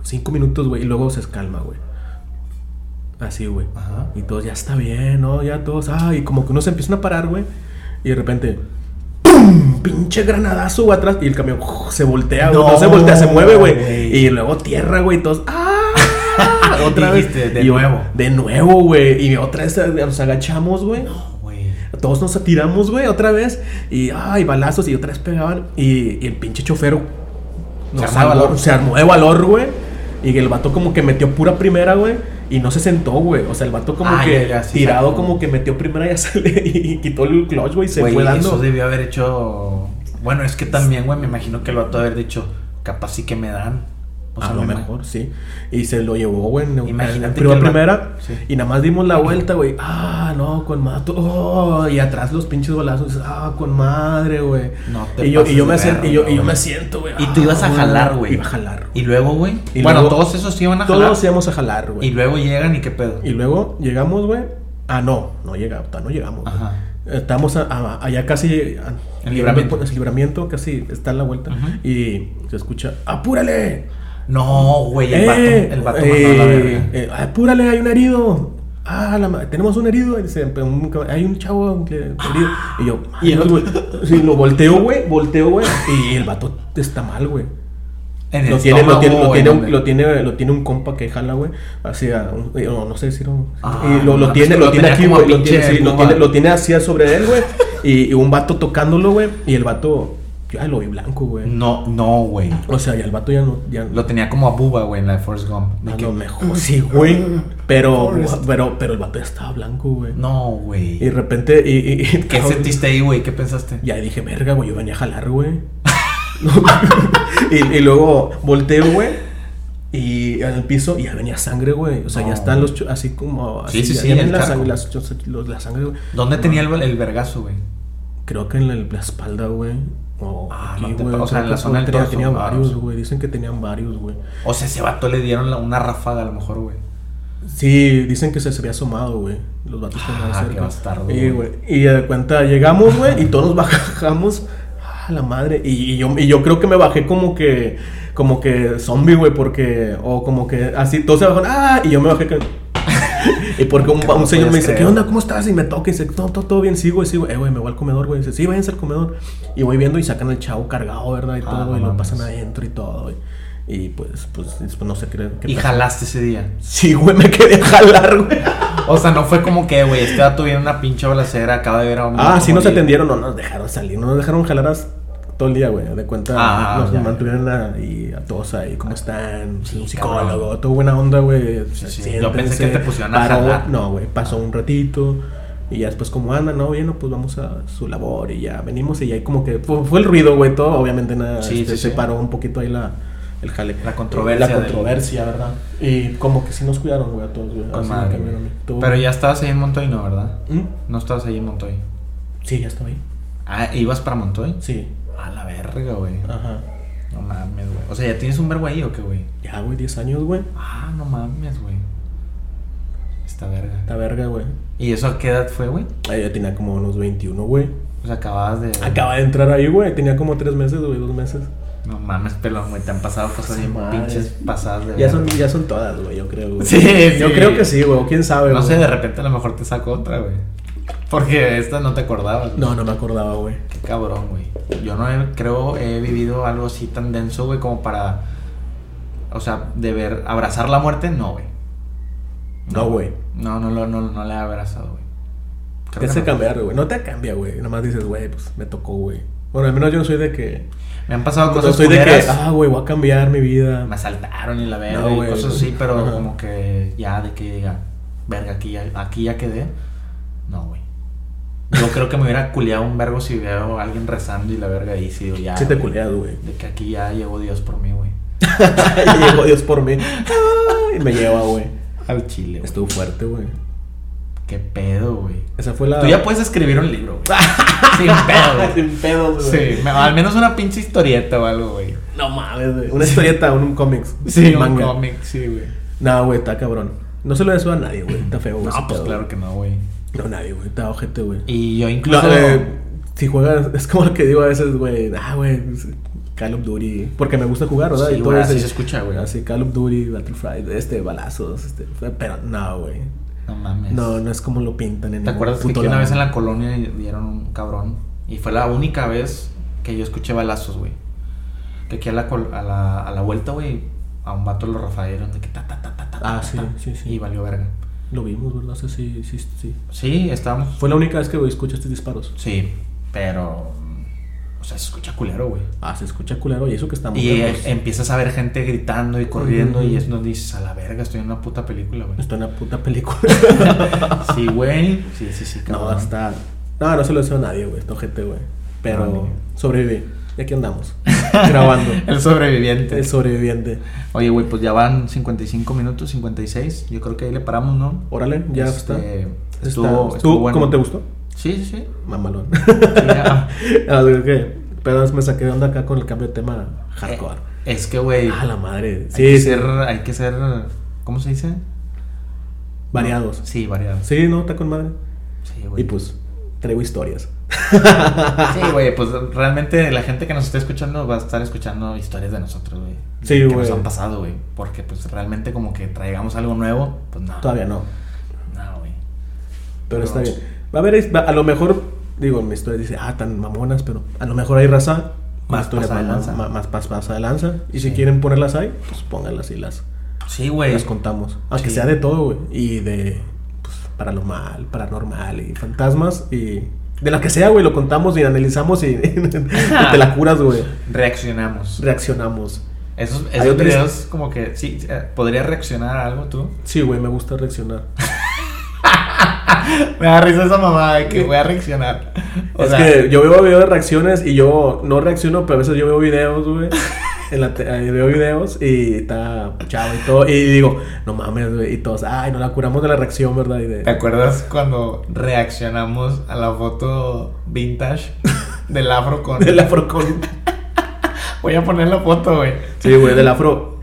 [SPEAKER 2] 5 minutos, güey. Y luego se calma, güey. Así, güey.
[SPEAKER 1] Ajá.
[SPEAKER 2] Y todos, ya está bien, ¿no? Ya todos, ay, como que uno se empiezan a parar, güey. Y de repente, ¡pum! Pinche granadazo, güey, atrás. Y el camión ¡uf! se voltea, güey.
[SPEAKER 1] No,
[SPEAKER 2] No, se voltea, se mueve,
[SPEAKER 1] güey.
[SPEAKER 2] güey. Y luego tierra, güey, y todos, ¡ah! Otra vez.
[SPEAKER 1] Dijiste, de
[SPEAKER 2] Y yo,
[SPEAKER 1] nuevo.
[SPEAKER 2] De nuevo, güey. Y otra vez eh, nos agachamos, güey.
[SPEAKER 1] güey.
[SPEAKER 2] Todos nos atiramos, güey, otra vez. Y, ay, balazos, y otra vez pegaban. Y, y el pinche chofero
[SPEAKER 1] Se armó
[SPEAKER 2] nos
[SPEAKER 1] de
[SPEAKER 2] salvó,
[SPEAKER 1] valor.
[SPEAKER 2] se armó de valor, güey. Y el vato como que metió pura primera, güey. Y no se sentó, güey. O sea, el vato como
[SPEAKER 1] Ah,
[SPEAKER 2] que
[SPEAKER 1] ya, ya, sí,
[SPEAKER 2] tirado,
[SPEAKER 1] sacó.
[SPEAKER 2] como que metió primera y ya sale. Y quitó el clutch, güey. Y se
[SPEAKER 1] Güey,
[SPEAKER 2] fue dando.
[SPEAKER 1] Eso debió haber hecho. Bueno, es que también, güey, me imagino que lo vato haber dicho. Capaz sí que me dan. O sea,
[SPEAKER 2] a lo
[SPEAKER 1] me-
[SPEAKER 2] mejor, sí. Y se lo llevó, güey. en-
[SPEAKER 1] Imagínate
[SPEAKER 2] pero
[SPEAKER 1] que
[SPEAKER 2] a
[SPEAKER 1] el vato-
[SPEAKER 2] primera.
[SPEAKER 1] sí.
[SPEAKER 2] Y nada más dimos la vuelta, güey. Ah, no, con mato. Oh, y atrás los pinches balazos. Ah, con madre, güey.
[SPEAKER 1] No te
[SPEAKER 2] y yo, y yo me
[SPEAKER 1] pases de
[SPEAKER 2] siento, y yo,
[SPEAKER 1] verga,
[SPEAKER 2] y yo
[SPEAKER 1] güey.
[SPEAKER 2] me siento, güey.
[SPEAKER 1] Y tú ibas a
[SPEAKER 2] Ah,
[SPEAKER 1] jalar, güey.
[SPEAKER 2] Iba a jalar.
[SPEAKER 1] Y luego, güey.
[SPEAKER 2] Y
[SPEAKER 1] Bueno,
[SPEAKER 2] luego-
[SPEAKER 1] todos esos iban a jalar.
[SPEAKER 2] Todos íbamos a jalar, güey.
[SPEAKER 1] Y luego llegan y qué pedo.
[SPEAKER 2] Y luego llegamos, güey. Ah, no, no llegamos, no llegamos. güey.
[SPEAKER 1] Ajá.
[SPEAKER 2] Estamos a- a- allá casi. a-
[SPEAKER 1] En Libramiento.
[SPEAKER 2] por- en libramiento, casi está en la vuelta.
[SPEAKER 1] Ujú.
[SPEAKER 2] Y se escucha: ¡Apúrale!
[SPEAKER 1] No, güey, el vato.
[SPEAKER 2] ¡Eh!
[SPEAKER 1] El vato
[SPEAKER 2] Eh,
[SPEAKER 1] mandó a la verga.
[SPEAKER 2] eh, ¡Apúrale! ¡Hay un herido! ¡Ah, la ma- tenemos un herido! Y dice, "Pero un cab- hay un chavo que- herido. Y yo,
[SPEAKER 1] Y el
[SPEAKER 2] "Ay,
[SPEAKER 1] otro-
[SPEAKER 2] güey". Sí, lo volteo, güey, volteo, güey. Y el vato está mal, güey.
[SPEAKER 1] En el
[SPEAKER 2] Lo tiene, lo,
[SPEAKER 1] estómago,
[SPEAKER 2] tiene, lo,
[SPEAKER 1] güey,
[SPEAKER 2] tiene un,
[SPEAKER 1] donde-
[SPEAKER 2] lo, tiene, lo tiene un compa que jala, güey. Hacia. un- eh, no, no sé si no.
[SPEAKER 1] Ah,
[SPEAKER 2] y lo, lo
[SPEAKER 1] no,
[SPEAKER 2] tiene,
[SPEAKER 1] pues,
[SPEAKER 2] lo
[SPEAKER 1] lo
[SPEAKER 2] tiene
[SPEAKER 1] tenía
[SPEAKER 2] aquí,
[SPEAKER 1] como
[SPEAKER 2] güey. Lo,
[SPEAKER 1] pinche
[SPEAKER 2] tiene- sí, lo
[SPEAKER 1] boba.
[SPEAKER 2] tiene, lo tiene así sobre él, güey. y, y un vato tocándolo, güey. Y el vato. Ya lo vi blanco, güey.
[SPEAKER 1] No, no, güey.
[SPEAKER 2] O sea, ya el vato ya no. Ya,
[SPEAKER 1] Mm. Lo tenía como a buba, güey, en la de Forrest Gump. De
[SPEAKER 2] a
[SPEAKER 1] que-
[SPEAKER 2] lo mejor sí, güey. Pero, pero, pero el vato ya estaba blanco, güey.
[SPEAKER 1] No,
[SPEAKER 2] Y de
[SPEAKER 1] güey.
[SPEAKER 2] repente. Y, y- y-
[SPEAKER 1] ¿Qué sentiste ahí, güey? ¿Qué pensaste?
[SPEAKER 2] Ya dije, verga, güey, yo venía a jalar, güey. y, y luego volteo, güey. Y al piso, y ya venía sangre, güey. O sea,
[SPEAKER 1] No.
[SPEAKER 2] ya están los. cho- Así como.
[SPEAKER 1] Sí,
[SPEAKER 2] Así,
[SPEAKER 1] sí,
[SPEAKER 2] ya-
[SPEAKER 1] sí,
[SPEAKER 2] ya
[SPEAKER 1] el
[SPEAKER 2] ven la
[SPEAKER 1] charco.
[SPEAKER 2] sangre, las cho- los- la sangre, güey.
[SPEAKER 1] ¿Dónde tenía el, el vergazo, güey?
[SPEAKER 2] Creo que en la, la espalda, güey. O
[SPEAKER 1] Ah,
[SPEAKER 2] aquí,
[SPEAKER 1] no te
[SPEAKER 2] güey.
[SPEAKER 1] pa- o sea, en la
[SPEAKER 2] creo que
[SPEAKER 1] zona del
[SPEAKER 2] tenía,
[SPEAKER 1] torso.
[SPEAKER 2] tenía
[SPEAKER 1] Ah,
[SPEAKER 2] varios,
[SPEAKER 1] sí.
[SPEAKER 2] güey. Dicen que tenían varios, güey.
[SPEAKER 1] O sea, ese vato le dieron la- una ráfaga a lo mejor, güey.
[SPEAKER 2] Sí, dicen que se, se había asomado, güey. Los vatos que andaban
[SPEAKER 1] Ah,
[SPEAKER 2] cerca.
[SPEAKER 1] qué bastardo, güey.
[SPEAKER 2] Y, güey, y de cuenta, llegamos, güey, y todos nos bajamos. Ah, la madre. Y, y yo, y yo creo que me bajé como que, como que zombie, güey, porque, o como que así, todos se bajaron, ah, y yo me bajé que... y porque un,
[SPEAKER 1] Que no
[SPEAKER 2] un
[SPEAKER 1] lo
[SPEAKER 2] señor me
[SPEAKER 1] podías
[SPEAKER 2] dice, ¿qué
[SPEAKER 1] creer.
[SPEAKER 2] onda? ¿Cómo estás? Y me toca y dice, todo, todo, todo bien, sí, güey, sí, güey. Eh, güey, me voy al comedor, güey. Dice, sí, váyanse al comedor. Y voy viendo y sacan al chavo cargado, ¿verdad? Y
[SPEAKER 1] Ah,
[SPEAKER 2] todo,
[SPEAKER 1] no
[SPEAKER 2] y lo
[SPEAKER 1] mames.
[SPEAKER 2] pasan adentro y todo, güey. Y pues, pues, pues, no sé qué. qué
[SPEAKER 1] Y
[SPEAKER 2] pasó.
[SPEAKER 1] jalaste ese día.
[SPEAKER 2] Sí, güey, me quedé a jalar, güey.
[SPEAKER 1] O sea, no fue como que, güey, este dato viene una pinche balacera, acaba de ver a un.
[SPEAKER 2] Ah,
[SPEAKER 1] vato
[SPEAKER 2] sí, nos
[SPEAKER 1] morir.
[SPEAKER 2] atendieron, no nos dejaron salir, no nos dejaron jalar hasta todo el día, güey. De cuenta,
[SPEAKER 1] Ah,
[SPEAKER 2] nos
[SPEAKER 1] ya,
[SPEAKER 2] mantuvieron la- y a todos ahí, ¿cómo están?
[SPEAKER 1] Sí,
[SPEAKER 2] un
[SPEAKER 1] cabrón.
[SPEAKER 2] psicólogo, todo buena onda, güey.
[SPEAKER 1] sí,
[SPEAKER 2] siéntense.
[SPEAKER 1] yo pensé que te pusieron a
[SPEAKER 2] Paró-
[SPEAKER 1] jalar.
[SPEAKER 2] No, güey, pasó un ratito. Y ya después, como anda, no, bien, no, pues vamos a su labor y ya venimos. Y ya ahí como que fue, fue el ruido, güey, todo. Obviamente, nada,
[SPEAKER 1] Sí,
[SPEAKER 2] este,
[SPEAKER 1] sí,
[SPEAKER 2] se
[SPEAKER 1] sí.
[SPEAKER 2] paró un poquito ahí la, el jale. Eh,
[SPEAKER 1] La controversia
[SPEAKER 2] La
[SPEAKER 1] del-
[SPEAKER 2] controversia, ¿verdad? Y como que sí nos cuidaron, güey, a todos, güey.
[SPEAKER 1] Con
[SPEAKER 2] así Ah, me
[SPEAKER 1] madre.
[SPEAKER 2] cambiaron a mí. Estuvo-
[SPEAKER 1] Pero ya estabas ahí en Montoy, ¿no, verdad?
[SPEAKER 2] ¿Mm?
[SPEAKER 1] No estabas ahí en Montoy.
[SPEAKER 2] Sí, ya estaba ahí.
[SPEAKER 1] Ah, ¿ibas para Montoy?
[SPEAKER 2] Sí,
[SPEAKER 1] A la verga, güey.
[SPEAKER 2] ajá.
[SPEAKER 1] No mames, güey. O sea, ¿ya tienes un vergo ahí o qué, güey?
[SPEAKER 2] Ya, güey, 10 años, güey.
[SPEAKER 1] Ah, no mames, güey. Esta verga.
[SPEAKER 2] La verga, güey.
[SPEAKER 1] ¿Y eso a qué edad fue, güey?
[SPEAKER 2] Ahí ya tenía como unos 21, güey.
[SPEAKER 1] O sea, acababas de.
[SPEAKER 2] Acaba de entrar ahí, güey. Tenía como 3 meses, güey, 2 meses.
[SPEAKER 1] No mames, pelón, güey. Te han pasado cosas
[SPEAKER 2] Sí,
[SPEAKER 1] bien
[SPEAKER 2] madre.
[SPEAKER 1] pinches pasadas de
[SPEAKER 2] Ya
[SPEAKER 1] verga.
[SPEAKER 2] son, ya son todas, güey, yo creo, güey.
[SPEAKER 1] Sí, sí.
[SPEAKER 2] Yo creo que sí, güey. o ¿Quién sabe,
[SPEAKER 1] No
[SPEAKER 2] güey?
[SPEAKER 1] sé, de repente a lo mejor te saco otra, güey. Porque esta no te acordabas. güey.
[SPEAKER 2] No, no me acordaba, güey.
[SPEAKER 1] Qué cabrón, güey. Yo no he- creo he vivido algo así tan denso, güey, como para. O sea, de ver. Abrazar la muerte, no, güey.
[SPEAKER 2] No, güey.
[SPEAKER 1] No, no, lo- no, no, le he abrazado, güey. Creo
[SPEAKER 2] Te
[SPEAKER 1] que
[SPEAKER 2] hace
[SPEAKER 1] no.
[SPEAKER 2] cambiar, güey. No te cambia, güey. Nomás dices, güey, pues me tocó, güey. Bueno, al menos yo no soy de que.
[SPEAKER 1] Me han pasado
[SPEAKER 2] No
[SPEAKER 1] cosas
[SPEAKER 2] soy de que,
[SPEAKER 1] culeras.
[SPEAKER 2] ah, güey, voy a cambiar mi vida.
[SPEAKER 1] Me asaltaron y la
[SPEAKER 2] No,
[SPEAKER 1] verga y
[SPEAKER 2] güey.
[SPEAKER 1] cosas así, pero
[SPEAKER 2] Ajá.
[SPEAKER 1] como que ya de que diga, verga, aquí ya, aquí ya quedé. No, güey. Yo creo que me hubiera culeado un vergo si veo a alguien rezando y la verga ahí, sí, ya.
[SPEAKER 2] Sí, te
[SPEAKER 1] güey.
[SPEAKER 2] culeas, güey.
[SPEAKER 1] De que aquí ya llegó Dios por mí, güey.
[SPEAKER 2] Y Llegó Dios por mí. Y me lleva, güey.
[SPEAKER 1] Al chile, güey.
[SPEAKER 2] Estuvo fuerte, güey.
[SPEAKER 1] Qué pedo, güey.
[SPEAKER 2] Esa fue la.
[SPEAKER 1] Tú ya puedes escribir un libro, güey. Sin pedo, güey.
[SPEAKER 2] Sin pedos, güey.
[SPEAKER 1] Sí, me- al menos una pinche historieta o algo, güey.
[SPEAKER 2] No mames, güey. Una historieta, un, un cómics.
[SPEAKER 1] Sí, un
[SPEAKER 2] manga.
[SPEAKER 1] cómic, sí, güey.
[SPEAKER 2] No, güey, está cabrón. No se lo deseo a nadie, güey. Está feo, güey.
[SPEAKER 1] No,
[SPEAKER 2] ese
[SPEAKER 1] pues
[SPEAKER 2] pedo,
[SPEAKER 1] claro que no, güey.
[SPEAKER 2] güey. No, nadie, güey. Está ojete, güey.
[SPEAKER 1] Y yo
[SPEAKER 2] No,
[SPEAKER 1] incluso.
[SPEAKER 2] eh, si juegas, es como lo que digo a veces, güey. Ah, güey. pues, Call of Duty. Porque me gusta jugar, ¿verdad?
[SPEAKER 1] Sí,
[SPEAKER 2] Y todo
[SPEAKER 1] güey, así
[SPEAKER 2] ese-
[SPEAKER 1] se escucha, "Ah, güey.
[SPEAKER 2] Así, Call of Duty, Battlefield, este, balazos, este. Pero no, güey.
[SPEAKER 1] No mames.
[SPEAKER 2] No, no es como lo pintan en
[SPEAKER 1] ¿Te
[SPEAKER 2] ningún
[SPEAKER 1] acuerdas que
[SPEAKER 2] puto
[SPEAKER 1] aquí una
[SPEAKER 2] lado?
[SPEAKER 1] vez en la colonia dieron un cabrón? Y fue la única vez que yo escuché balazos, güey. Que aquí a la, col- a la, a la vuelta, güey, a un vato lo rafaeron de que ta, ta, ta, ta, ta.
[SPEAKER 2] Ah,
[SPEAKER 1] ta,
[SPEAKER 2] sí,
[SPEAKER 1] ta,
[SPEAKER 2] sí, sí.
[SPEAKER 1] Y valió verga.
[SPEAKER 2] Lo vimos, ¿verdad? Sí, sí, sí, sí.
[SPEAKER 1] Sí, estábamos.
[SPEAKER 2] Fue la única vez que güey, escuchaste disparos.
[SPEAKER 1] Sí, pero. O sea, se escucha culero, güey.
[SPEAKER 2] Ah, se escucha culero. Y eso que estamos.
[SPEAKER 1] Y eh, empiezas a ver gente gritando y corriendo,
[SPEAKER 2] pues. Ujú.
[SPEAKER 1] y es donde dices, a la verga, estoy en una puta película, güey.
[SPEAKER 2] Esto es una puta película.
[SPEAKER 1] Sí, güey. Sí, sí, sí,
[SPEAKER 2] no,
[SPEAKER 1] cabrón.
[SPEAKER 2] hasta. No, no se lo deseo a nadie, güey. Esto gente, güey. Pero
[SPEAKER 1] No,
[SPEAKER 2] sobreviví. Y aquí andamos. grabando.
[SPEAKER 1] El sobreviviente.
[SPEAKER 2] El sobreviviente.
[SPEAKER 1] Oye, güey, pues ya van 55 minutos, 56. Yo creo que ahí le paramos, ¿no?
[SPEAKER 2] Órale, ya
[SPEAKER 1] Este,
[SPEAKER 2] está.
[SPEAKER 1] Estuvo,
[SPEAKER 2] Está-
[SPEAKER 1] estuvo
[SPEAKER 2] ¿Tú
[SPEAKER 1] bueno.
[SPEAKER 2] cómo te gustó?
[SPEAKER 1] Sí, sí, sí.
[SPEAKER 2] Mamalón.
[SPEAKER 1] ya.
[SPEAKER 2] Ah, digo que. Pero me saqué de onda acá con el cambio de tema hardcore.
[SPEAKER 1] Eh, es que, güey,
[SPEAKER 2] Ah, la
[SPEAKER 1] hay,
[SPEAKER 2] madre. Sí,
[SPEAKER 1] que
[SPEAKER 2] sí.
[SPEAKER 1] ser, hay que ser, ¿cómo se dice?
[SPEAKER 2] Variados.
[SPEAKER 1] Sí, variado.
[SPEAKER 2] Sí, no, está con madre.
[SPEAKER 1] Sí, güey.
[SPEAKER 2] Y pues, traigo historias.
[SPEAKER 1] Sí, güey, pues realmente la gente que nos está escuchando va a estar escuchando historias de nosotros, güey.
[SPEAKER 2] Sí,
[SPEAKER 1] Que
[SPEAKER 2] güey.
[SPEAKER 1] nos han pasado, güey. Porque, pues, realmente como que traigamos algo nuevo, pues, no.
[SPEAKER 2] Todavía no.
[SPEAKER 1] No, güey.
[SPEAKER 2] Pero
[SPEAKER 1] No.
[SPEAKER 2] está bien. Va a haber, es- va- a lo mejor, digo, mi historia dice, ah, tan mamonas, pero a lo mejor hay raza
[SPEAKER 1] Más
[SPEAKER 2] más historias
[SPEAKER 1] pasada de
[SPEAKER 2] más,
[SPEAKER 1] lanza.
[SPEAKER 2] más, más pas- pasada de lanza. Y
[SPEAKER 1] Sí.
[SPEAKER 2] si quieren ponerlas ahí, pues pónganlas y las,
[SPEAKER 1] Sí, güey.
[SPEAKER 2] las contamos. Aunque
[SPEAKER 1] Sí.
[SPEAKER 2] sea de todo, güey. Y de, pues, paranormal, paranormal y fantasmas y... De la que sea, güey, lo contamos y analizamos y, y te la curas, güey.
[SPEAKER 1] Reaccionamos.
[SPEAKER 2] Reaccionamos.
[SPEAKER 1] Esos,
[SPEAKER 2] Hay
[SPEAKER 1] esos
[SPEAKER 2] otros-
[SPEAKER 1] videos como que sí, eh, podría reaccionar a algo tú.
[SPEAKER 2] Sí, güey, me gusta reaccionar.
[SPEAKER 1] Me da risa esa mamá de que voy a reaccionar. O
[SPEAKER 2] es
[SPEAKER 1] sea,
[SPEAKER 2] que yo veo videos de reacciones y yo no reacciono, pero a veces yo veo videos, güey. En la te- ahí veo videos y está chavo y todo. Y digo, no mames, güey. Y todos, ay, no la curamos de la reacción, ¿verdad? Y
[SPEAKER 1] ¿te
[SPEAKER 2] de,
[SPEAKER 1] acuerdas cuando reaccionamos a la foto vintage del afro con
[SPEAKER 2] del afro con.
[SPEAKER 1] Voy a poner la foto, güey.
[SPEAKER 2] Sí, güey, del afro.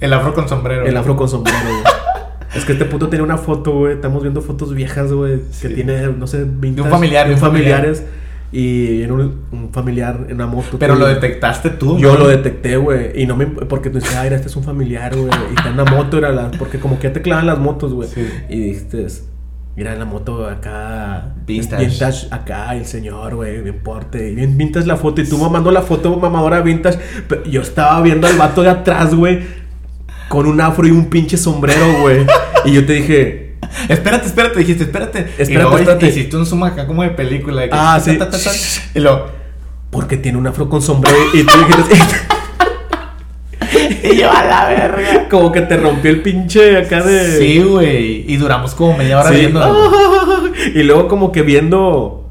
[SPEAKER 1] El afro con sombrero.
[SPEAKER 2] El afro con sombrero, güey. Es que este puto tiene una foto, güey. Estamos viendo fotos viejas, güey.
[SPEAKER 1] Sí.
[SPEAKER 2] Que tiene, no sé, 20.
[SPEAKER 1] familiar, de un familiar.
[SPEAKER 2] familiares. Y en un, un familiar en una moto.
[SPEAKER 1] Pero lo
[SPEAKER 2] güey.
[SPEAKER 1] detectaste tú.
[SPEAKER 2] Yo
[SPEAKER 1] ¿no?
[SPEAKER 2] lo detecté, güey. Y no me. Porque tú dices, ay, era, este es un familiar, güey. Y está en una moto, era la. Porque como que ya te clavan las motos, güey.
[SPEAKER 1] Sí.
[SPEAKER 2] Y dijiste, Mira la moto acá.
[SPEAKER 1] Vintage.
[SPEAKER 2] Vintage acá, el señor, güey, bien porte. y Bien vintage la foto. Y tú mamando la foto mamadora vintage. Pero yo estaba viendo al vato de atrás, güey. Con un afro y un pinche sombrero, güey. Y yo te dije,
[SPEAKER 1] Espérate, espérate, dijiste, espérate.
[SPEAKER 2] Espérate,
[SPEAKER 1] y luego
[SPEAKER 2] espérate.
[SPEAKER 1] hiciste un zoom acá como de película. de que-
[SPEAKER 2] Ah, sí.
[SPEAKER 1] ta, ta, ta, ta, y luego,
[SPEAKER 2] porque tiene un afro con sombrero. Y tú dijiste,
[SPEAKER 1] y yo a la verga.
[SPEAKER 2] como que te rompió el pinche acá de.
[SPEAKER 1] Sí, güey. Y duramos como media hora
[SPEAKER 2] Sí. Ah.
[SPEAKER 1] viendo.
[SPEAKER 2] Y luego como que viendo...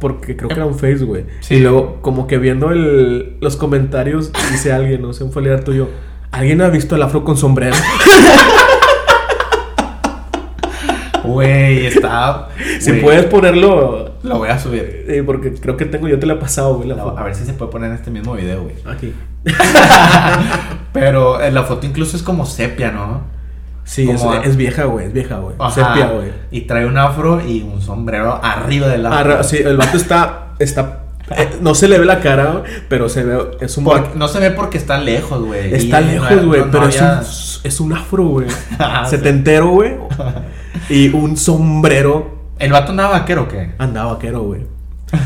[SPEAKER 2] Porque creo que era un face, güey.
[SPEAKER 1] Sí.
[SPEAKER 2] Y luego como que viendo el- los comentarios, dice alguien, no sé, un foliar tuyo. ¿Alguien ha visto al afro con sombrero?
[SPEAKER 1] Güey, estaba.
[SPEAKER 2] si
[SPEAKER 1] güey,
[SPEAKER 2] puedes ponerlo...
[SPEAKER 1] Lo voy a subir.
[SPEAKER 2] eh, porque creo que tengo, yo te la he pasado, güey. La
[SPEAKER 1] La-
[SPEAKER 2] foto.
[SPEAKER 1] a ver si se puede poner en este mismo video, güey.
[SPEAKER 2] Aquí.
[SPEAKER 1] Pero eh, la foto incluso es como sepia, ¿no?
[SPEAKER 2] Sí, es,
[SPEAKER 1] Como-
[SPEAKER 2] es vieja, güey. Es vieja, güey.
[SPEAKER 1] Ajá.
[SPEAKER 2] Sepia, güey.
[SPEAKER 1] Y trae un afro y un sombrero arriba del afro.
[SPEAKER 2] Arra- sí, el vato está... está eh, no se le ve la cara, güey, pero se ve... Es un...
[SPEAKER 1] Por- no se ve porque está lejos, güey.
[SPEAKER 2] Está
[SPEAKER 1] Y no-
[SPEAKER 2] lejos, güey,
[SPEAKER 1] no- no
[SPEAKER 2] pero
[SPEAKER 1] había-
[SPEAKER 2] es, un, es un afro, güey.
[SPEAKER 1] Ah, sí.
[SPEAKER 2] Setentero, güey. Y un sombrero
[SPEAKER 1] ¿El vato andaba vaquero o qué?
[SPEAKER 2] andaba vaquero, güey.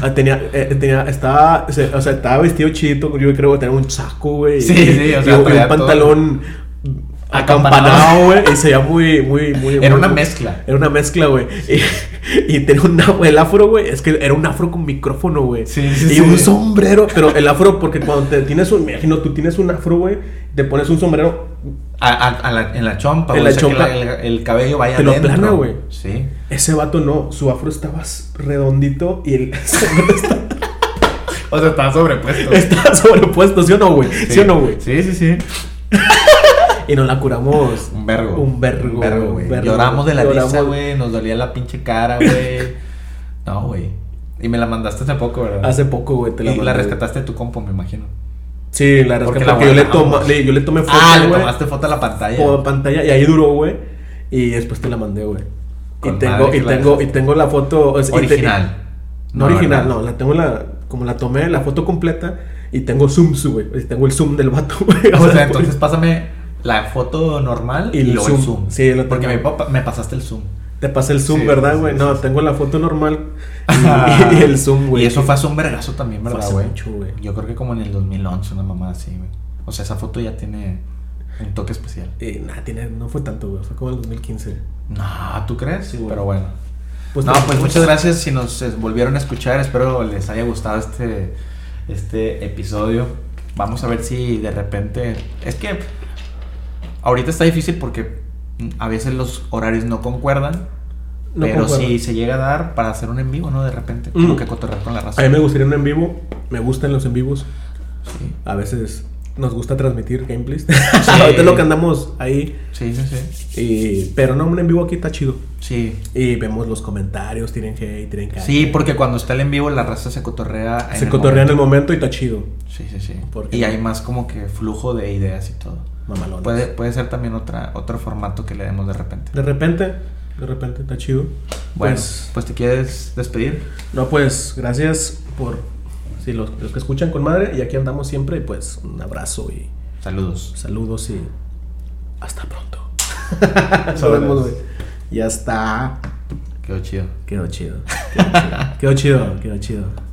[SPEAKER 2] Ah, Tenía, eh, tenía, estaba, se- o sea, estaba vestido chidito, yo creo que tenía un saco, güey.
[SPEAKER 1] Sí,
[SPEAKER 2] y,
[SPEAKER 1] sí, o
[SPEAKER 2] y
[SPEAKER 1] sea,
[SPEAKER 2] un- y
[SPEAKER 1] traía todo.
[SPEAKER 2] un pantalón acampanado,
[SPEAKER 1] Acampanado.
[SPEAKER 2] güey. Y se veía muy, muy, muy.
[SPEAKER 1] Era
[SPEAKER 2] muy-
[SPEAKER 1] una mezcla.
[SPEAKER 2] Era una mezcla, güey. Y, y tenía un afro, el afro, güey. Es que era un afro con micrófono, güey.
[SPEAKER 1] Sí, sí,
[SPEAKER 2] y
[SPEAKER 1] sí.
[SPEAKER 2] un sombrero. Pero el afro, porque cuando te tienes un, me imagino, tú tienes un afro, güey, te pones un sombrero.
[SPEAKER 1] A- a- a la- en la chompa,
[SPEAKER 2] En
[SPEAKER 1] güey,
[SPEAKER 2] la
[SPEAKER 1] o sea, que
[SPEAKER 2] chompa.
[SPEAKER 1] el, el cabello vaya
[SPEAKER 2] Te lo
[SPEAKER 1] adentro.
[SPEAKER 2] aplana, güey.
[SPEAKER 1] Sí.
[SPEAKER 2] Ese vato no, su afro estaba s- redondito y el sombrero estaba.
[SPEAKER 1] O sea, estaba sobrepuesto.
[SPEAKER 2] Está sobrepuesto, ¿sí o no, güey? ¿Sí, o no, güey?
[SPEAKER 1] Sí, sí, sí.
[SPEAKER 2] Y nos la curamos.
[SPEAKER 1] Un vergo.
[SPEAKER 2] Un vergo,
[SPEAKER 1] Un vergo, güey.
[SPEAKER 2] un vergo.
[SPEAKER 1] Lloramos de la
[SPEAKER 2] Lloramos.
[SPEAKER 1] risa, güey. Nos dolía la pinche cara, güey. No, güey. Y me la mandaste hace poco, ¿verdad?
[SPEAKER 2] Hace poco, güey, te la
[SPEAKER 1] y la
[SPEAKER 2] mandé.
[SPEAKER 1] rescataste de tu compo, me imagino.
[SPEAKER 2] Sí, la rescaté.
[SPEAKER 1] Porque
[SPEAKER 2] Porque,
[SPEAKER 1] la
[SPEAKER 2] yo, le
[SPEAKER 1] guardamos.
[SPEAKER 2] toma- le- yo le tomé foto,
[SPEAKER 1] ah, le
[SPEAKER 2] güey,
[SPEAKER 1] tomaste foto a la pantalla.
[SPEAKER 2] por pantalla y ahí duró, güey. Y después te la mandé, güey. Y
[SPEAKER 1] Con
[SPEAKER 2] tengo,
[SPEAKER 1] madre
[SPEAKER 2] y
[SPEAKER 1] que la
[SPEAKER 2] tengo, y
[SPEAKER 1] dejaste.
[SPEAKER 2] tengo la foto. o sea, y te-
[SPEAKER 1] Original.
[SPEAKER 2] no original,
[SPEAKER 1] ¿verdad?
[SPEAKER 2] no. La tengo la. Como la tomé, la foto completa. Y tengo zoom, su, güey. Y tengo el zoom del vato, güey.
[SPEAKER 1] O sea, entonces pásame la foto normal
[SPEAKER 2] Y
[SPEAKER 1] y,
[SPEAKER 2] el
[SPEAKER 1] luego
[SPEAKER 2] zoom.
[SPEAKER 1] el zoom.
[SPEAKER 2] Sí, lo tengo.
[SPEAKER 1] Porque me, pa- me pasaste el zoom.
[SPEAKER 2] Te pasé el zoom,
[SPEAKER 1] Sí,
[SPEAKER 2] ¿verdad,
[SPEAKER 1] sí,
[SPEAKER 2] güey?
[SPEAKER 1] sí,
[SPEAKER 2] no,
[SPEAKER 1] sí.
[SPEAKER 2] tengo la foto normal. Y, y el zoom, güey.
[SPEAKER 1] Y eso fue hace un vergazo también,
[SPEAKER 2] Fue
[SPEAKER 1] ¿verdad,
[SPEAKER 2] hace
[SPEAKER 1] güey?
[SPEAKER 2] mucho, güey.
[SPEAKER 1] Yo creo que como en el 2011, una mamá así, güey. O sea, esa foto ya tiene un toque especial.
[SPEAKER 2] Eh, nah, tiene, no fue tanto, güey. Fue como el 2015.
[SPEAKER 1] No, ¿tú crees?
[SPEAKER 2] Sí, güey.
[SPEAKER 1] Pero bueno.
[SPEAKER 2] Pues
[SPEAKER 1] no,
[SPEAKER 2] no,
[SPEAKER 1] pues
[SPEAKER 2] pues-
[SPEAKER 1] muchas gracias si nos eh, volvieron a escuchar. Espero les haya gustado este, este episodio. Vamos a ver si de repente... Es que ahorita está difícil porque mm, a veces los horarios no concuerdan.
[SPEAKER 2] No
[SPEAKER 1] pero
[SPEAKER 2] concuerdo.
[SPEAKER 1] si se llega a dar para hacer un en vivo, ¿no? De repente,
[SPEAKER 2] Mm.
[SPEAKER 1] como que cotorrear con la raza.
[SPEAKER 2] A mí me gustaría un en vivo. Me gustan los en vivos.
[SPEAKER 1] Sí,
[SPEAKER 2] A veces nos gusta transmitir gameplays. Ahorita es lo que andamos ahí.
[SPEAKER 1] sí, sí. Sí,
[SPEAKER 2] y- pero no, un en vivo aquí está chido.
[SPEAKER 1] sí.
[SPEAKER 2] Y vemos los comentarios, tienen hate, tienen cara.
[SPEAKER 1] Sí, porque cuando está el en vivo, la raza se cotorrea. en
[SPEAKER 2] Se
[SPEAKER 1] el
[SPEAKER 2] cotorrea en el
[SPEAKER 1] momento.
[SPEAKER 2] momento y está chido.
[SPEAKER 1] Sí, sí, sí.
[SPEAKER 2] Porque-
[SPEAKER 1] Y hay más como que flujo de ideas y todo.
[SPEAKER 2] Mamalón.
[SPEAKER 1] Puede, puede ser también otra, otro formato que le demos de repente.
[SPEAKER 2] De repente, de repente está chido.
[SPEAKER 1] Bueno,
[SPEAKER 2] Pues-
[SPEAKER 1] pues, te quieres despedir.
[SPEAKER 2] No, pues gracias por sí, los, los que escuchan con madre y aquí andamos siempre y pues un abrazo y
[SPEAKER 1] Saludos.
[SPEAKER 2] saludos y hasta pronto. Nos
[SPEAKER 1] Sobres.
[SPEAKER 2] vemos, güey. Ya está.
[SPEAKER 1] Quedó chido.
[SPEAKER 2] Quedó chido. Quedó chido. Quedó chido. Quedó chido.